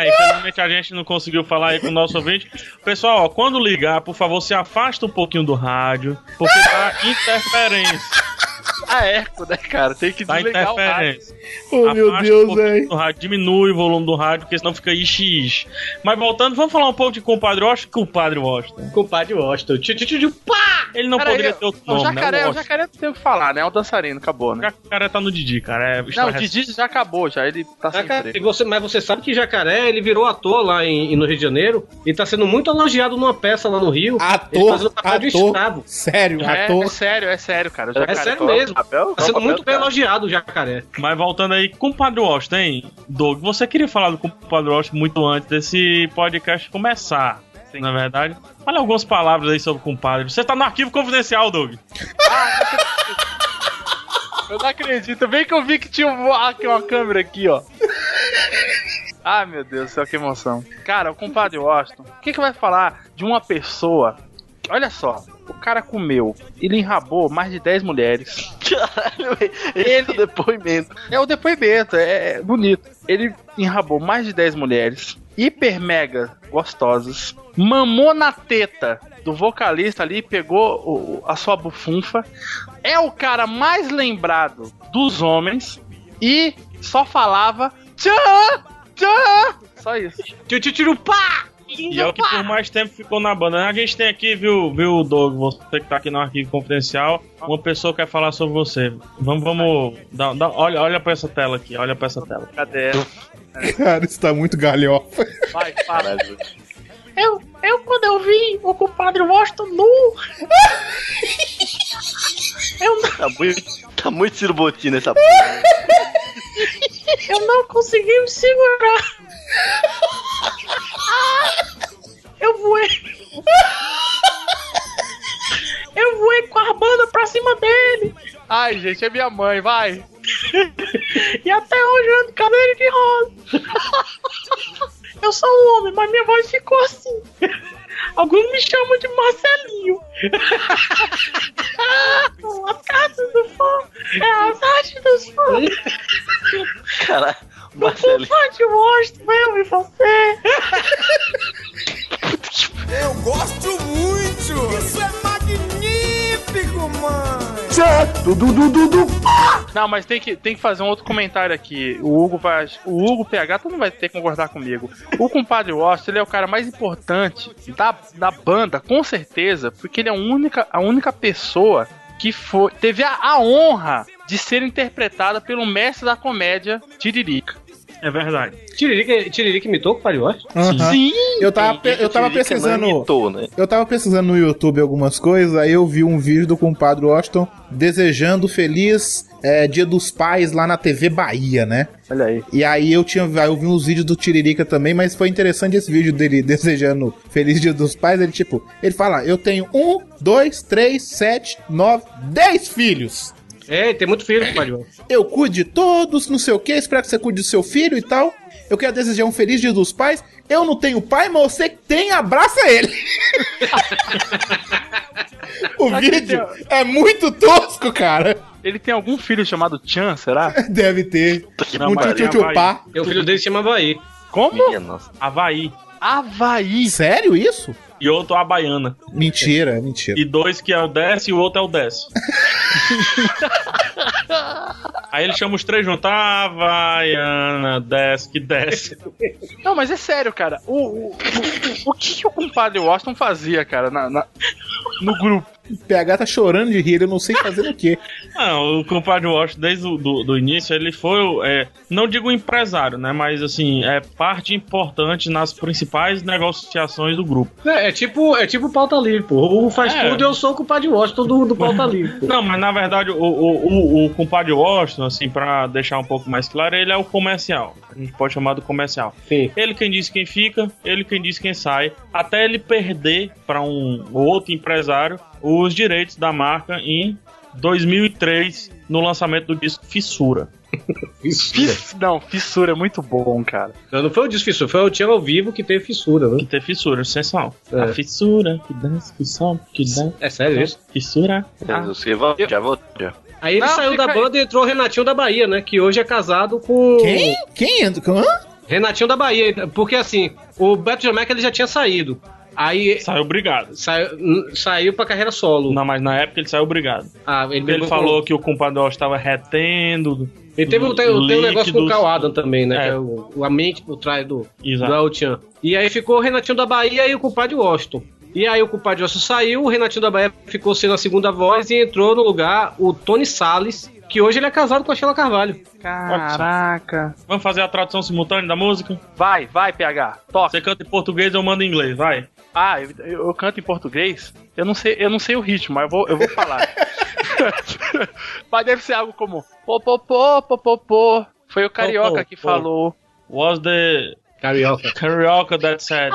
Speaker 4: É, infelizmente a gente não conseguiu falar aí com o nosso ouvinte. Pessoal, ó, quando ligar, por favor, se afasta um pouquinho do rádio, porque tá interferência.
Speaker 2: Ah, é, né, cara? Tem que
Speaker 4: Tá
Speaker 2: desligar o rádio.
Speaker 4: interferência.
Speaker 1: Oh, meu
Speaker 4: Afasta
Speaker 1: Deus,
Speaker 4: um pouquinho
Speaker 1: velho.
Speaker 4: do rádio, diminui o volume do rádio, porque senão fica ixi. Mas voltando, vamos falar um pouco de compadre Washington. Compadre Washington.
Speaker 11: Compadre Washington. Tio, tio, tio, tio, pá!
Speaker 4: Ele não
Speaker 2: Peraí,
Speaker 4: poderia ter outro
Speaker 2: o
Speaker 4: nome,
Speaker 2: jacaré,
Speaker 4: né?
Speaker 2: O jacaré não tem o que falar, né? É o dançarino, acabou, né?
Speaker 4: O jacaré tá no Didi, cara. É,
Speaker 2: Não, o Didi já acabou, já. Ele tá sem
Speaker 11: Jacaré,
Speaker 2: emprego.
Speaker 11: você- mas você sabe que Jacaré, ele virou ator lá em, em- no Rio de Janeiro e tá sendo muito elogiado numa peça lá no Rio.
Speaker 7: Ah,
Speaker 11: Ele fazendo o
Speaker 1: Ator,
Speaker 11: papel de
Speaker 1: ator,
Speaker 11: escravo.
Speaker 1: sério,
Speaker 2: É,
Speaker 1: ator.
Speaker 2: é sério, é sério, cara. O
Speaker 11: É
Speaker 2: jacaré
Speaker 11: sério
Speaker 2: coloca
Speaker 11: mesmo.
Speaker 2: o papel-
Speaker 11: tá sendo
Speaker 2: coloca o
Speaker 11: muito bem
Speaker 2: papel, cara.
Speaker 11: elogiado o Jacaré.
Speaker 4: Mas voltando aí, compadre Washington, hein? Doug, você queria falar do compadre Washington muito antes desse podcast começar. Na verdade, fala algumas palavras aí sobre o compadre. Você tá no arquivo confidencial, Doug.
Speaker 2: Eu não acredito. Bem que eu vi que tinha um- aqui uma câmera aqui, ó. Ah, meu Deus do céu, que emoção. Cara, o compadre Washington, o que, que vai falar de uma pessoa? que- Olha só, o cara comeu, ele enrabou mais de 10 mulheres. Ele... É o depoimento. É o depoimento, é é bonito. Ele enrabou mais de 10 mulheres, hiper mega gostosas, mamou na teta do vocalista ali, pegou o- o- a sua bufunfa. É o cara mais lembrado dos homens e só falava tchan, tchan. Só isso.
Speaker 11: Tio, tio, tio, pá!
Speaker 4: E é o que por mais tempo ficou na banda. né? A gente tem aqui, viu, viu, Doug? Você que tá aqui no arquivo confidencial, uma pessoa quer falar sobre você. Vamos, vamos. dá- dá- olha, olha pra essa tela aqui, olha pra essa tela.
Speaker 2: Cadê?
Speaker 1: Cara, isso tá muito galhofa.
Speaker 2: Vai, fala.
Speaker 17: Eu, eu quando eu vi o compadre Washington nu. eu, não-
Speaker 3: Tá muito, tá muito Ciro Bottini essa porra.
Speaker 17: eu não consegui me segurar. Eu voei. Eu voei com a banda pra cima dele.
Speaker 2: Ai, gente, é minha mãe, vai.
Speaker 17: E até hoje eu ando de cadeira de roda. Eu sou um homem, mas minha voz ficou assim. Alguns me chamam de Marcelinho. As cartas do fã. É as artes dos fãs.
Speaker 3: Caralho,
Speaker 17: O
Speaker 3: Marcelinho.
Speaker 17: compadre Washington, eu e você.
Speaker 6: Eu gosto muito! Isso é magnífico, mano!
Speaker 2: Não, mas tem que, tem que fazer um outro comentário aqui. O Hugo vai. O Hugo PH, tu não vai ter que concordar comigo. O compadre Washington, ele é o cara mais importante da, da banda, com certeza, porque ele é a única, a única pessoa que foi, teve a, a honra de ser interpretada pelo mestre da comédia, Tiririca.
Speaker 4: É verdade.
Speaker 11: Tiririca, Tiririca imitou o compadre Washington?
Speaker 2: Sim.
Speaker 1: Eu tava, pe- eu tava pesquisando.
Speaker 3: né?
Speaker 1: Eu tava pesquisando no YouTube algumas coisas, aí eu vi um vídeo do compadre Washington desejando feliz é, Dia dos Pais lá na TV Bahia, né?
Speaker 2: Olha aí.
Speaker 1: E aí eu tinha aí eu vi uns vídeos do Tiririca também, mas foi interessante esse vídeo dele desejando feliz Dia dos Pais. Ele tipo, ele fala: "Eu tenho um, dois, três, sete, nove, dez filhos".
Speaker 11: É, tem muito filho, Padre.
Speaker 7: Eu cuido de todos, não sei o que, espero que você cuide do seu filho e tal. Eu quero desejar um feliz dia dos pais. Eu não tenho pai, mas você que tem, abraça ele. o
Speaker 2: Aqui
Speaker 7: vídeo é muito tosco, cara.
Speaker 2: Ele tem algum filho chamado Chan, será?
Speaker 7: Deve ter. Um tchutchupá.
Speaker 11: O um filho dele se chama Havaí.
Speaker 2: Como?
Speaker 4: Havaí.
Speaker 2: Havaí.
Speaker 7: Sério isso?
Speaker 4: E outro a baiana.
Speaker 7: Mentira, mentira.
Speaker 4: E dois que é o desce e o outro é o desce. Aí ele chama os três juntos. Havaiana, desce que desce.
Speaker 2: Não, mas é sério, cara. O, o, o, o que, que o compadre Washington fazia, cara, na- na- no grupo?
Speaker 7: O PH tá chorando de rir, eu não sei fazer o quê.
Speaker 4: Não, o compadre Washington, desde o do, do início, ele foi, o, é, não digo empresário, né? Mas, assim, é parte importante nas principais negociações do grupo.
Speaker 11: É, é tipo, é tipo pauta livre, pô. O faz
Speaker 4: É.
Speaker 11: tudo, eu sou o compadre Washington do, do pauta livre. pô.
Speaker 4: Não, mas na verdade, o, o, o, o compadre Washington, assim, pra deixar um pouco mais claro, ele é o comercial. A gente pode chamar do comercial. Ele quem diz quem fica, ele quem diz quem sai, até ele perder pra um outro empresário os direitos da marca em 2003, no lançamento do disco Fissura.
Speaker 11: Fissura?
Speaker 2: Não, Fissura é muito bom, cara.
Speaker 11: Não, não foi o desfissura, foi o Tchan ao vivo que teve fissura, né? Que
Speaker 4: teve fissura, sensacional.
Speaker 11: É.
Speaker 4: A fissura, que dança, que som, que dança.
Speaker 11: É sério isso?
Speaker 4: Fissura.
Speaker 1: Ah.
Speaker 3: Jesus, eu vou- já vou. já.
Speaker 11: Aí ele
Speaker 3: Não,
Speaker 11: saiu
Speaker 3: fica
Speaker 11: da
Speaker 3: aí.
Speaker 11: banda e entrou o Renatinho da Bahia, né? Que hoje é casado com.
Speaker 7: Quem? Quem? Hã?
Speaker 11: Renatinho da Bahia. Porque assim, o Beto Jamaica ele já tinha saído. Aí.
Speaker 4: Saiu obrigado.
Speaker 11: Saiu, n- saiu pra carreira solo.
Speaker 4: Não, mas na época ele saiu obrigado.
Speaker 11: Ah, ele,
Speaker 4: Ele falou que o compadre Washington estava retendo.
Speaker 11: Ele teve um, tem um tem um negócio com o Cal
Speaker 4: Cauá.
Speaker 11: Adam também, né?
Speaker 4: É.
Speaker 11: Que é o, o- a mente por trás do, do
Speaker 4: Exato.
Speaker 11: Altian. E aí ficou o Renatinho da Bahia e o compadre Washington. E aí o compadre Washington saiu, o Renatinho da Bahia ficou sendo a segunda voz e entrou no lugar o Tony Salles, que hoje ele é casado com a Sheila Carvalho.
Speaker 2: Caraca.
Speaker 4: Vamos fazer a tradução simultânea da música?
Speaker 2: Vai, vai, PH. Toca.
Speaker 4: Você canta em português, eu mando em inglês, vai.
Speaker 2: Ah, eu, eu canto em português? Eu não sei, eu não sei o ritmo, mas eu vou, eu vou falar. mas deve ser algo como pô, pô, pô, pô, pô, pô. Foi o carioca que falou.
Speaker 4: Was the.
Speaker 11: Carioca.
Speaker 4: Carioca that said.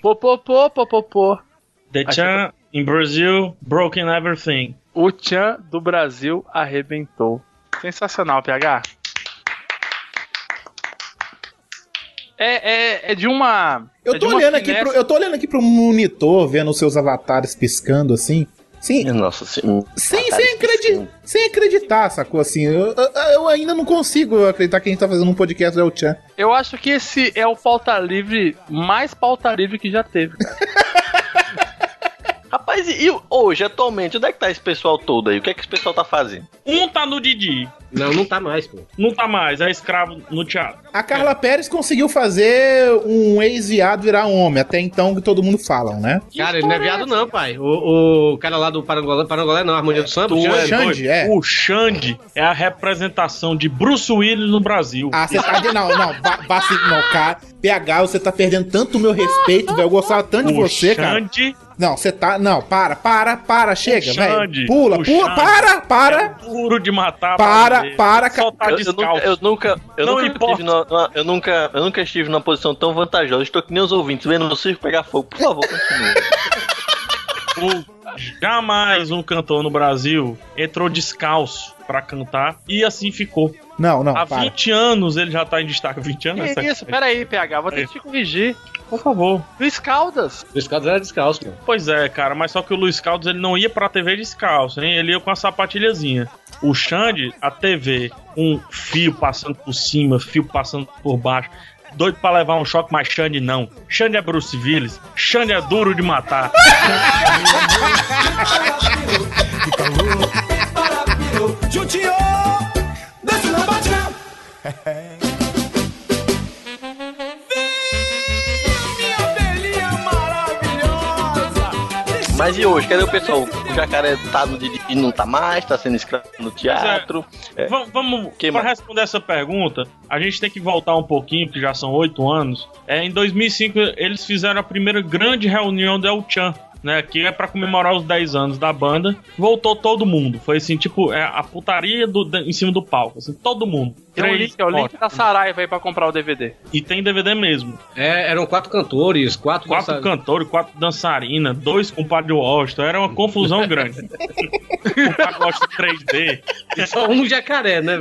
Speaker 2: Pô, pô, pô, pô, pô, pô.
Speaker 4: The Chan in Brazil broken everything.
Speaker 2: O Tchan do Brasil arrebentou. Sensacional, PH. É, é, é de uma. é
Speaker 7: Eu
Speaker 2: de
Speaker 7: tô,
Speaker 2: uma
Speaker 7: olhando aqui
Speaker 2: finesse.
Speaker 7: pro, eu tô olhando aqui pro monitor, vendo os seus avatares piscando assim. Sim.
Speaker 3: Nossa senhora.
Speaker 4: Tá
Speaker 7: Sem, sem, acredi- sem acreditar, sacou? Assim, eu, eu- eu ainda não consigo acreditar que a gente tá fazendo um podcast do El Chan.
Speaker 2: Eu acho que esse é o pauta livre mais pauta livre que já teve, cara.
Speaker 3: Rapaz, e e hoje, atualmente, onde é que tá esse pessoal todo aí? O que é que esse pessoal tá fazendo?
Speaker 4: Um tá no Didi.
Speaker 11: Não, não tá mais, pô.
Speaker 4: Não tá mais, é escravo no teatro.
Speaker 7: A Carla Pérez conseguiu fazer um ex-viado virar homem, até então que todo mundo fala, né?
Speaker 11: Cara, ele não é viado, não, pai. O, o cara lá do Parangolé, Parangolé não, Harmonia do Samba,
Speaker 4: Tu
Speaker 11: Xande.
Speaker 4: é doido? O Xande é a representação de Bruce Willis no Brasil.
Speaker 7: Ah, você tá de. Não, não, ba- basta não, cara. PH, você tá perdendo tanto o meu respeito, velho. Eu gostava tanto de
Speaker 4: O
Speaker 7: é você, cara.
Speaker 4: Xande. é
Speaker 7: Não, você tá. Não, para, para, para, chega,
Speaker 4: Xande,
Speaker 7: velho. Pula,
Speaker 4: o
Speaker 7: pula,
Speaker 4: Xande. É.
Speaker 7: para, para.
Speaker 4: Duro de matar.
Speaker 7: Para,
Speaker 4: brasileiro.
Speaker 7: para,
Speaker 4: Só tá
Speaker 3: Eu, eu nunca, eu
Speaker 4: descalço.
Speaker 3: nunca, eu
Speaker 4: Não
Speaker 3: nunca
Speaker 4: importa.
Speaker 3: estive numa- numa- eu nunca, eu nunca estive numa posição tão vantajosa. Estou que nem os ouvintes vendo o circo pegar fogo. Por favor, continue.
Speaker 4: O- jamais um cantor no Brasil entrou descalço pra cantar e assim ficou.
Speaker 7: Não, não,
Speaker 4: Há
Speaker 7: para.
Speaker 4: 20 anos ele já tá em destaque. 20
Speaker 7: é
Speaker 4: anos?
Speaker 2: Que isso, peraí, PH, vou ter que te corrigir.
Speaker 3: é.
Speaker 4: Por favor.
Speaker 2: Luiz Caldas.
Speaker 11: Luiz Caldas era descalço, mano.
Speaker 4: Pois é, cara, mas só que o Luiz Caldas ele não ia pra TV descalço, hein? Ele ia com a sapatilhazinha. O Xande, a TV, um fio passando por cima, fio passando por baixo. Doido pra levar um choque, mas Xande não. Xande é Bruce Willis. Xande é duro de matar.
Speaker 18: Jutinho, desce não bate não.
Speaker 3: Mas e hoje? Cadê o pessoal? O jacaré tá no Didi e não tá mais, tá sendo escravo no teatro. É.
Speaker 4: Va- Vamos, pra responder essa pergunta, a gente tem que voltar um pouquinho, porque já são oito anos. É, em 2005, eles fizeram a primeira grande reunião do El-Chan. né? Que é pra comemorar os 10 anos da banda. Voltou todo mundo. Foi assim, tipo, é a putaria do, da- em cima do palco. Assim, todo mundo.
Speaker 2: Tem um
Speaker 4: Três,
Speaker 2: link, é o link
Speaker 4: quatro.
Speaker 2: da Saraiva aí pra comprar o DVD.
Speaker 4: E tem DVD mesmo.
Speaker 11: É, eram quatro cantores, quatro
Speaker 4: Quatro
Speaker 11: dançarinas.
Speaker 4: cantores, quatro dançarinas, dois com o Padre Washington. Era uma confusão grande. o Padre Washington 3D.
Speaker 11: Só um jacaré, né?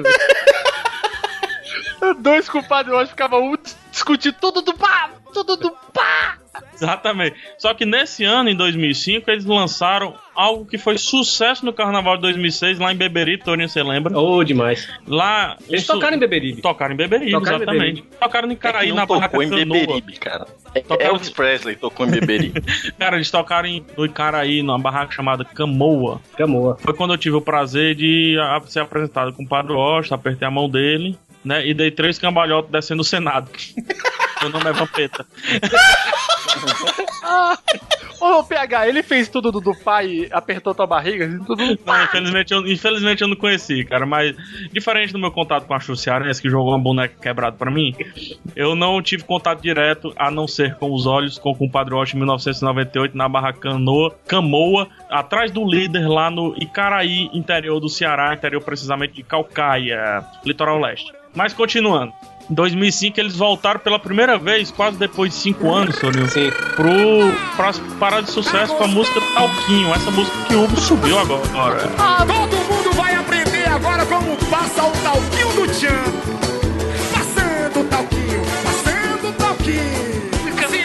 Speaker 2: Dois compadres hoje ficavam um discutindo tudo do pá, tudo do pá.
Speaker 4: Exatamente. Só que nesse ano, em 2005, eles lançaram algo que foi sucesso no carnaval de 2006, lá em Beberibe, Torinho, você lembra?
Speaker 11: Oh, demais.
Speaker 4: Lá.
Speaker 11: Eles tocaram em Beberibe.
Speaker 4: Tocaram em Beberibe,
Speaker 11: Tocaram em
Speaker 4: exatamente.
Speaker 11: Beberibe.
Speaker 4: Tocaram em
Speaker 3: É que
Speaker 4: Caraí,
Speaker 3: não
Speaker 4: na barraca
Speaker 3: tocou em
Speaker 4: Canoa.
Speaker 3: Beberibe, cara. É,
Speaker 4: Tocaram-
Speaker 3: Elvis Presley tocou em Beberibe.
Speaker 4: Cara, eles tocaram em, no Icaraí, numa barraca chamada Camoa.
Speaker 11: Camoa.
Speaker 4: Foi quando eu tive o prazer de a- ser apresentado com o Padre Washington, apertei a mão dele, né? E dei três cambalhotas descendo o Senado. Meu nome é Vampeta.
Speaker 2: Ô, PH, ele fez tudo do, do pai e apertou tua barriga? assim, Tudo do
Speaker 4: Não,
Speaker 2: pá.
Speaker 4: infelizmente, eu, infelizmente eu não conheci, cara. Mas, diferente do meu contato com a Chuciarense, que jogou uma boneca quebrada pra mim, eu não tive contato direto, a não ser com os olhos, com o compadre Washington em 1998, na Barra Canoa, Camoa, atrás do líder lá no Icaraí, interior do Ceará, interior precisamente de Calcaia, litoral leste. Mas continuando. Em 2005 eles voltaram pela primeira vez, quase depois de 5 anos, Soninho, pro pras parada de sucesso com a música Talquinho, essa música que o Hugo subiu agora.
Speaker 12: Ah, todo mundo vai aprender agora como passa o talquinho do Tchan. Passando o talquinho, passando o talquinho. Assim,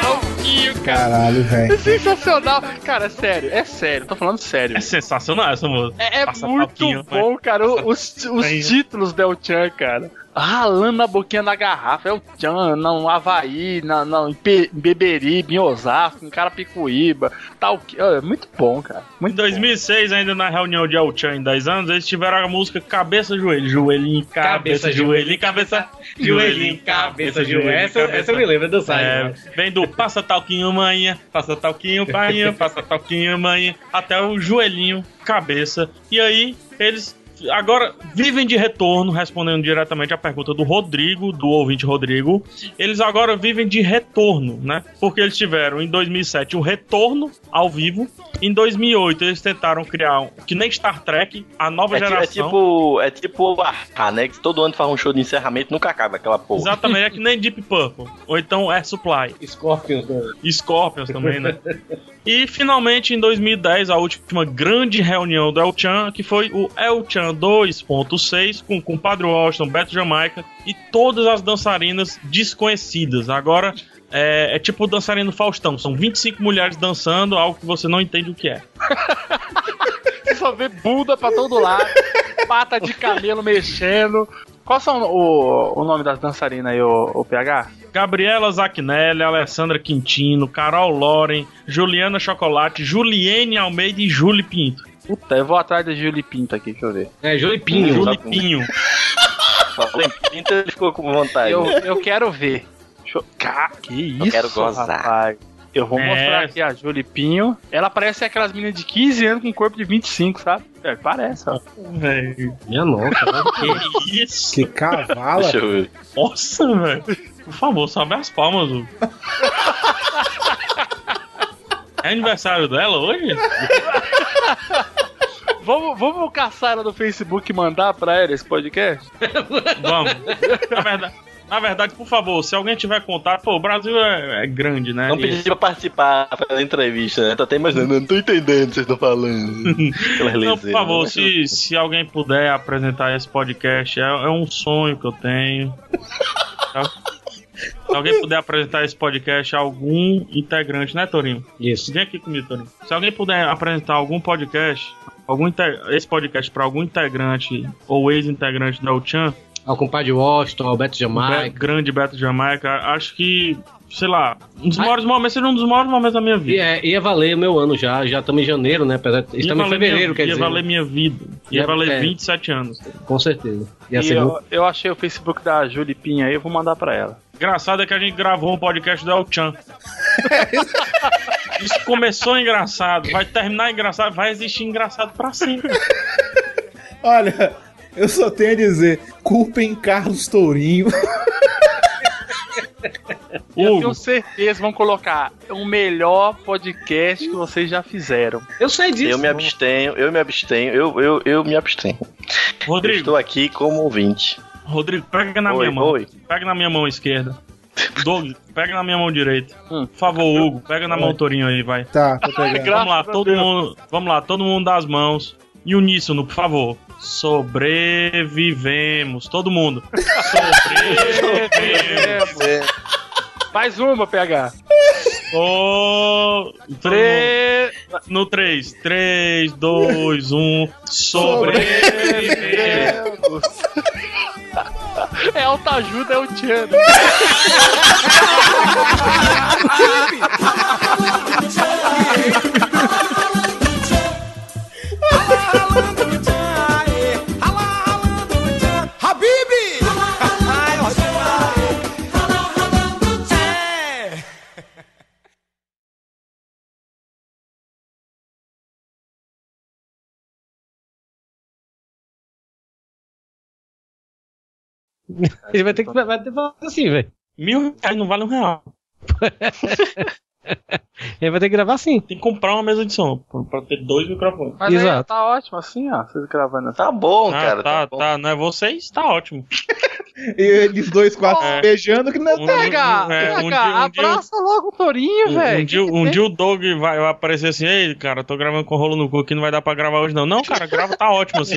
Speaker 12: ó.
Speaker 1: Caralho,
Speaker 2: É
Speaker 1: velho.
Speaker 2: sensacional. Cara, é sério, é sério, tô falando sério.
Speaker 4: É sensacional essa música.
Speaker 2: É, é
Speaker 4: Passa
Speaker 2: muito
Speaker 4: papinho,
Speaker 2: bom, cara, o- os, os
Speaker 4: Aí.
Speaker 2: títulos do El Chan, cara. Ralando a boquinha na garrafa, El Chan, não, Havaí, não, não, em Pe- em Beberibe, em Osasco, em Carapicuíba, tal. que- ó, É muito bom, cara.
Speaker 4: Em 2006, ainda na reunião de Alchan em 10 anos, eles tiveram a música Cabeça, Joelho, Joelhinho, Cabeça,
Speaker 11: Cabeça,
Speaker 4: Joelhinho, Cabeça, Joelhinho, Cabeça, É. Joelho.
Speaker 11: Essa- essa eu me né? lembro, eu dançava
Speaker 4: vem do Passa Talquinho, Manha, Passa Talquinho, Painha, Passa Talquinho, Manha, até o Joelhinho, Cabeça. E aí, eles. Agora, vivem de retorno, respondendo diretamente à pergunta do Rodrigo, do ouvinte Rodrigo. Eles agora vivem de retorno, né? Porque eles tiveram em 2007 o retorno ao vivo. Em 2008, eles tentaram criar, um- que nem Star Trek, a nova
Speaker 3: É, ti- é
Speaker 4: geração.
Speaker 3: tipo, é tipo o Arca, né? Que todo ano faz um show de encerramento, nunca acaba aquela porra.
Speaker 4: Exatamente, é que nem Deep Purple. Ou então Air Supply.
Speaker 11: Scorpions, né?
Speaker 4: Scorpions também, né? E finalmente em 2010, a última grande reunião do El Chan, que foi o El Chan 2.6, com o compadre Washington, Beto Jamaica e todas as dançarinas desconhecidas. Agora é, é tipo o dançarino Faustão, são 25 mulheres dançando, algo que você não entende o que é.
Speaker 2: Você só vê bunda pra todo lado, pata de camelo mexendo. Qual são o, o nome das dançarinas aí, o, PH?
Speaker 4: Gabriela Zacnelli, Alessandra Quintino, Carol Loren, Juliana Chocolate, Juliene Almeida e Julie Pinto.
Speaker 2: Puta, Então eu vou atrás da Julie Pinto aqui, deixa eu ver.
Speaker 11: É, Jolipinho.
Speaker 4: Julipinho.
Speaker 3: Falei, então ele ficou com vontade.
Speaker 2: Eu, eu quero ver. Deixa eu- Ca- Que isso,
Speaker 3: Eu quero gozar.
Speaker 2: rapaz. Eu vou
Speaker 3: É.
Speaker 2: mostrar aqui a Julipinho. Ela parece aquelas meninas de 15 anos com corpo de 25, sabe? É, parece, ó.
Speaker 11: Minha nossa,
Speaker 4: que isso?
Speaker 1: Que cavala.
Speaker 3: Deixa eu ver.
Speaker 4: Nossa, velho. Por favor, sobe as palmas, Hugo. É aniversário dela hoje?
Speaker 2: Vamos, vamos caçar ela no Facebook e mandar pra ela esse podcast?
Speaker 4: Vamos. Na verdade, na verdade, por favor, se alguém tiver contato, pô, o Brasil é, é grande, né?
Speaker 3: Não pedi pra participar da entrevista, né? Tô até imaginando, eu não tô entendendo o que vocês estão falando. Aquelas
Speaker 4: Não, por
Speaker 3: lezeira,
Speaker 4: favor,
Speaker 3: né?
Speaker 4: se, se alguém puder apresentar esse podcast, é, é um sonho que eu tenho. Se al- Se alguém puder apresentar esse podcast a algum integrante, né, Torinho?
Speaker 11: Isso.
Speaker 4: Vem aqui comigo, Torinho. Se alguém puder apresentar algum podcast, algum inte- esse podcast pra algum integrante ou ex-integrante da Uchan,
Speaker 11: Ao compadre Washington, ao Beto
Speaker 4: Be
Speaker 11: Jamaica.
Speaker 4: grande Beto Jamaica, acho que, sei lá, um dos maiores momentos, seria um dos maiores momentos da minha vida.
Speaker 11: E é, ia valer o meu ano já, já estamos em janeiro, né? Apesar- Estamos em
Speaker 4: valer
Speaker 11: fevereiro,
Speaker 4: minha-
Speaker 11: quer
Speaker 4: ia
Speaker 11: dizer.
Speaker 4: valer minha vida. Ia
Speaker 11: Ia-
Speaker 4: valer
Speaker 11: é.
Speaker 4: 27 anos.
Speaker 11: Com certeza. Ia
Speaker 2: E
Speaker 11: ser
Speaker 2: eu,
Speaker 11: muito-
Speaker 2: eu achei o Facebook da Julipinha aí, eu vou mandar pra ela.
Speaker 4: Engraçado é que a gente gravou um podcast do El Chan. Isso começou engraçado, vai terminar engraçado, vai existir engraçado pra sempre.
Speaker 1: Olha, eu só tenho a dizer, culpem Carlos Tourinho.
Speaker 2: Eu tenho certeza, vão colocar o melhor podcast que vocês já fizeram.
Speaker 11: Eu sei disso.
Speaker 3: Eu me abstenho, eu me abstenho, eu, eu, eu me abstenho.
Speaker 4: Rodrigo.
Speaker 3: Eu estou aqui como ouvinte.
Speaker 4: Rodrigo, pega na
Speaker 3: Oi,
Speaker 4: minha mão.
Speaker 3: oi.
Speaker 4: Pega na minha mão esquerda. Doug, pega na minha mão direita. Por favor, Hugo, pega na mão Torinho aí, vai.
Speaker 1: Tá, tô
Speaker 4: É, Vamos
Speaker 1: pegando.
Speaker 4: lá, todo mundo, vamos lá, todo mundo das mãos. E uníssono, por favor. Sobrevivemos, todo mundo.
Speaker 2: Mais uma, PH.
Speaker 4: Oh, tre... No 3, 3, 2, 1. Sobrevivemos.
Speaker 2: É autoajuda, é o Tchan.
Speaker 12: Habibi! Ai, Osmar! É.
Speaker 11: Ele vai ter que vai ter que falar assim, velho.
Speaker 4: Mil reais não vale um real.
Speaker 11: Ele vai ter que gravar assim.
Speaker 4: Tem que comprar uma mesa de som pra- pra ter dois microfones.
Speaker 2: Mas aí, tá ótimo assim, ó. Vocês gravando assim.
Speaker 3: Tá bom,
Speaker 4: Ah, tá, tá, não é vocês, tá ótimo.
Speaker 1: E eles dois quatro
Speaker 4: É.
Speaker 1: beijando que não tá.
Speaker 2: PH,
Speaker 4: é, um
Speaker 2: PH,
Speaker 4: dia- um dia-
Speaker 2: abraça logo o Torinho,
Speaker 4: Um,
Speaker 2: velho.
Speaker 4: um dia, um dia o Doug vai, vai aparecer assim, ei, cara, tô gravando com rolo no cu aqui, não vai dar pra gravar hoje não. Não, cara, grava, tá ótimo assim.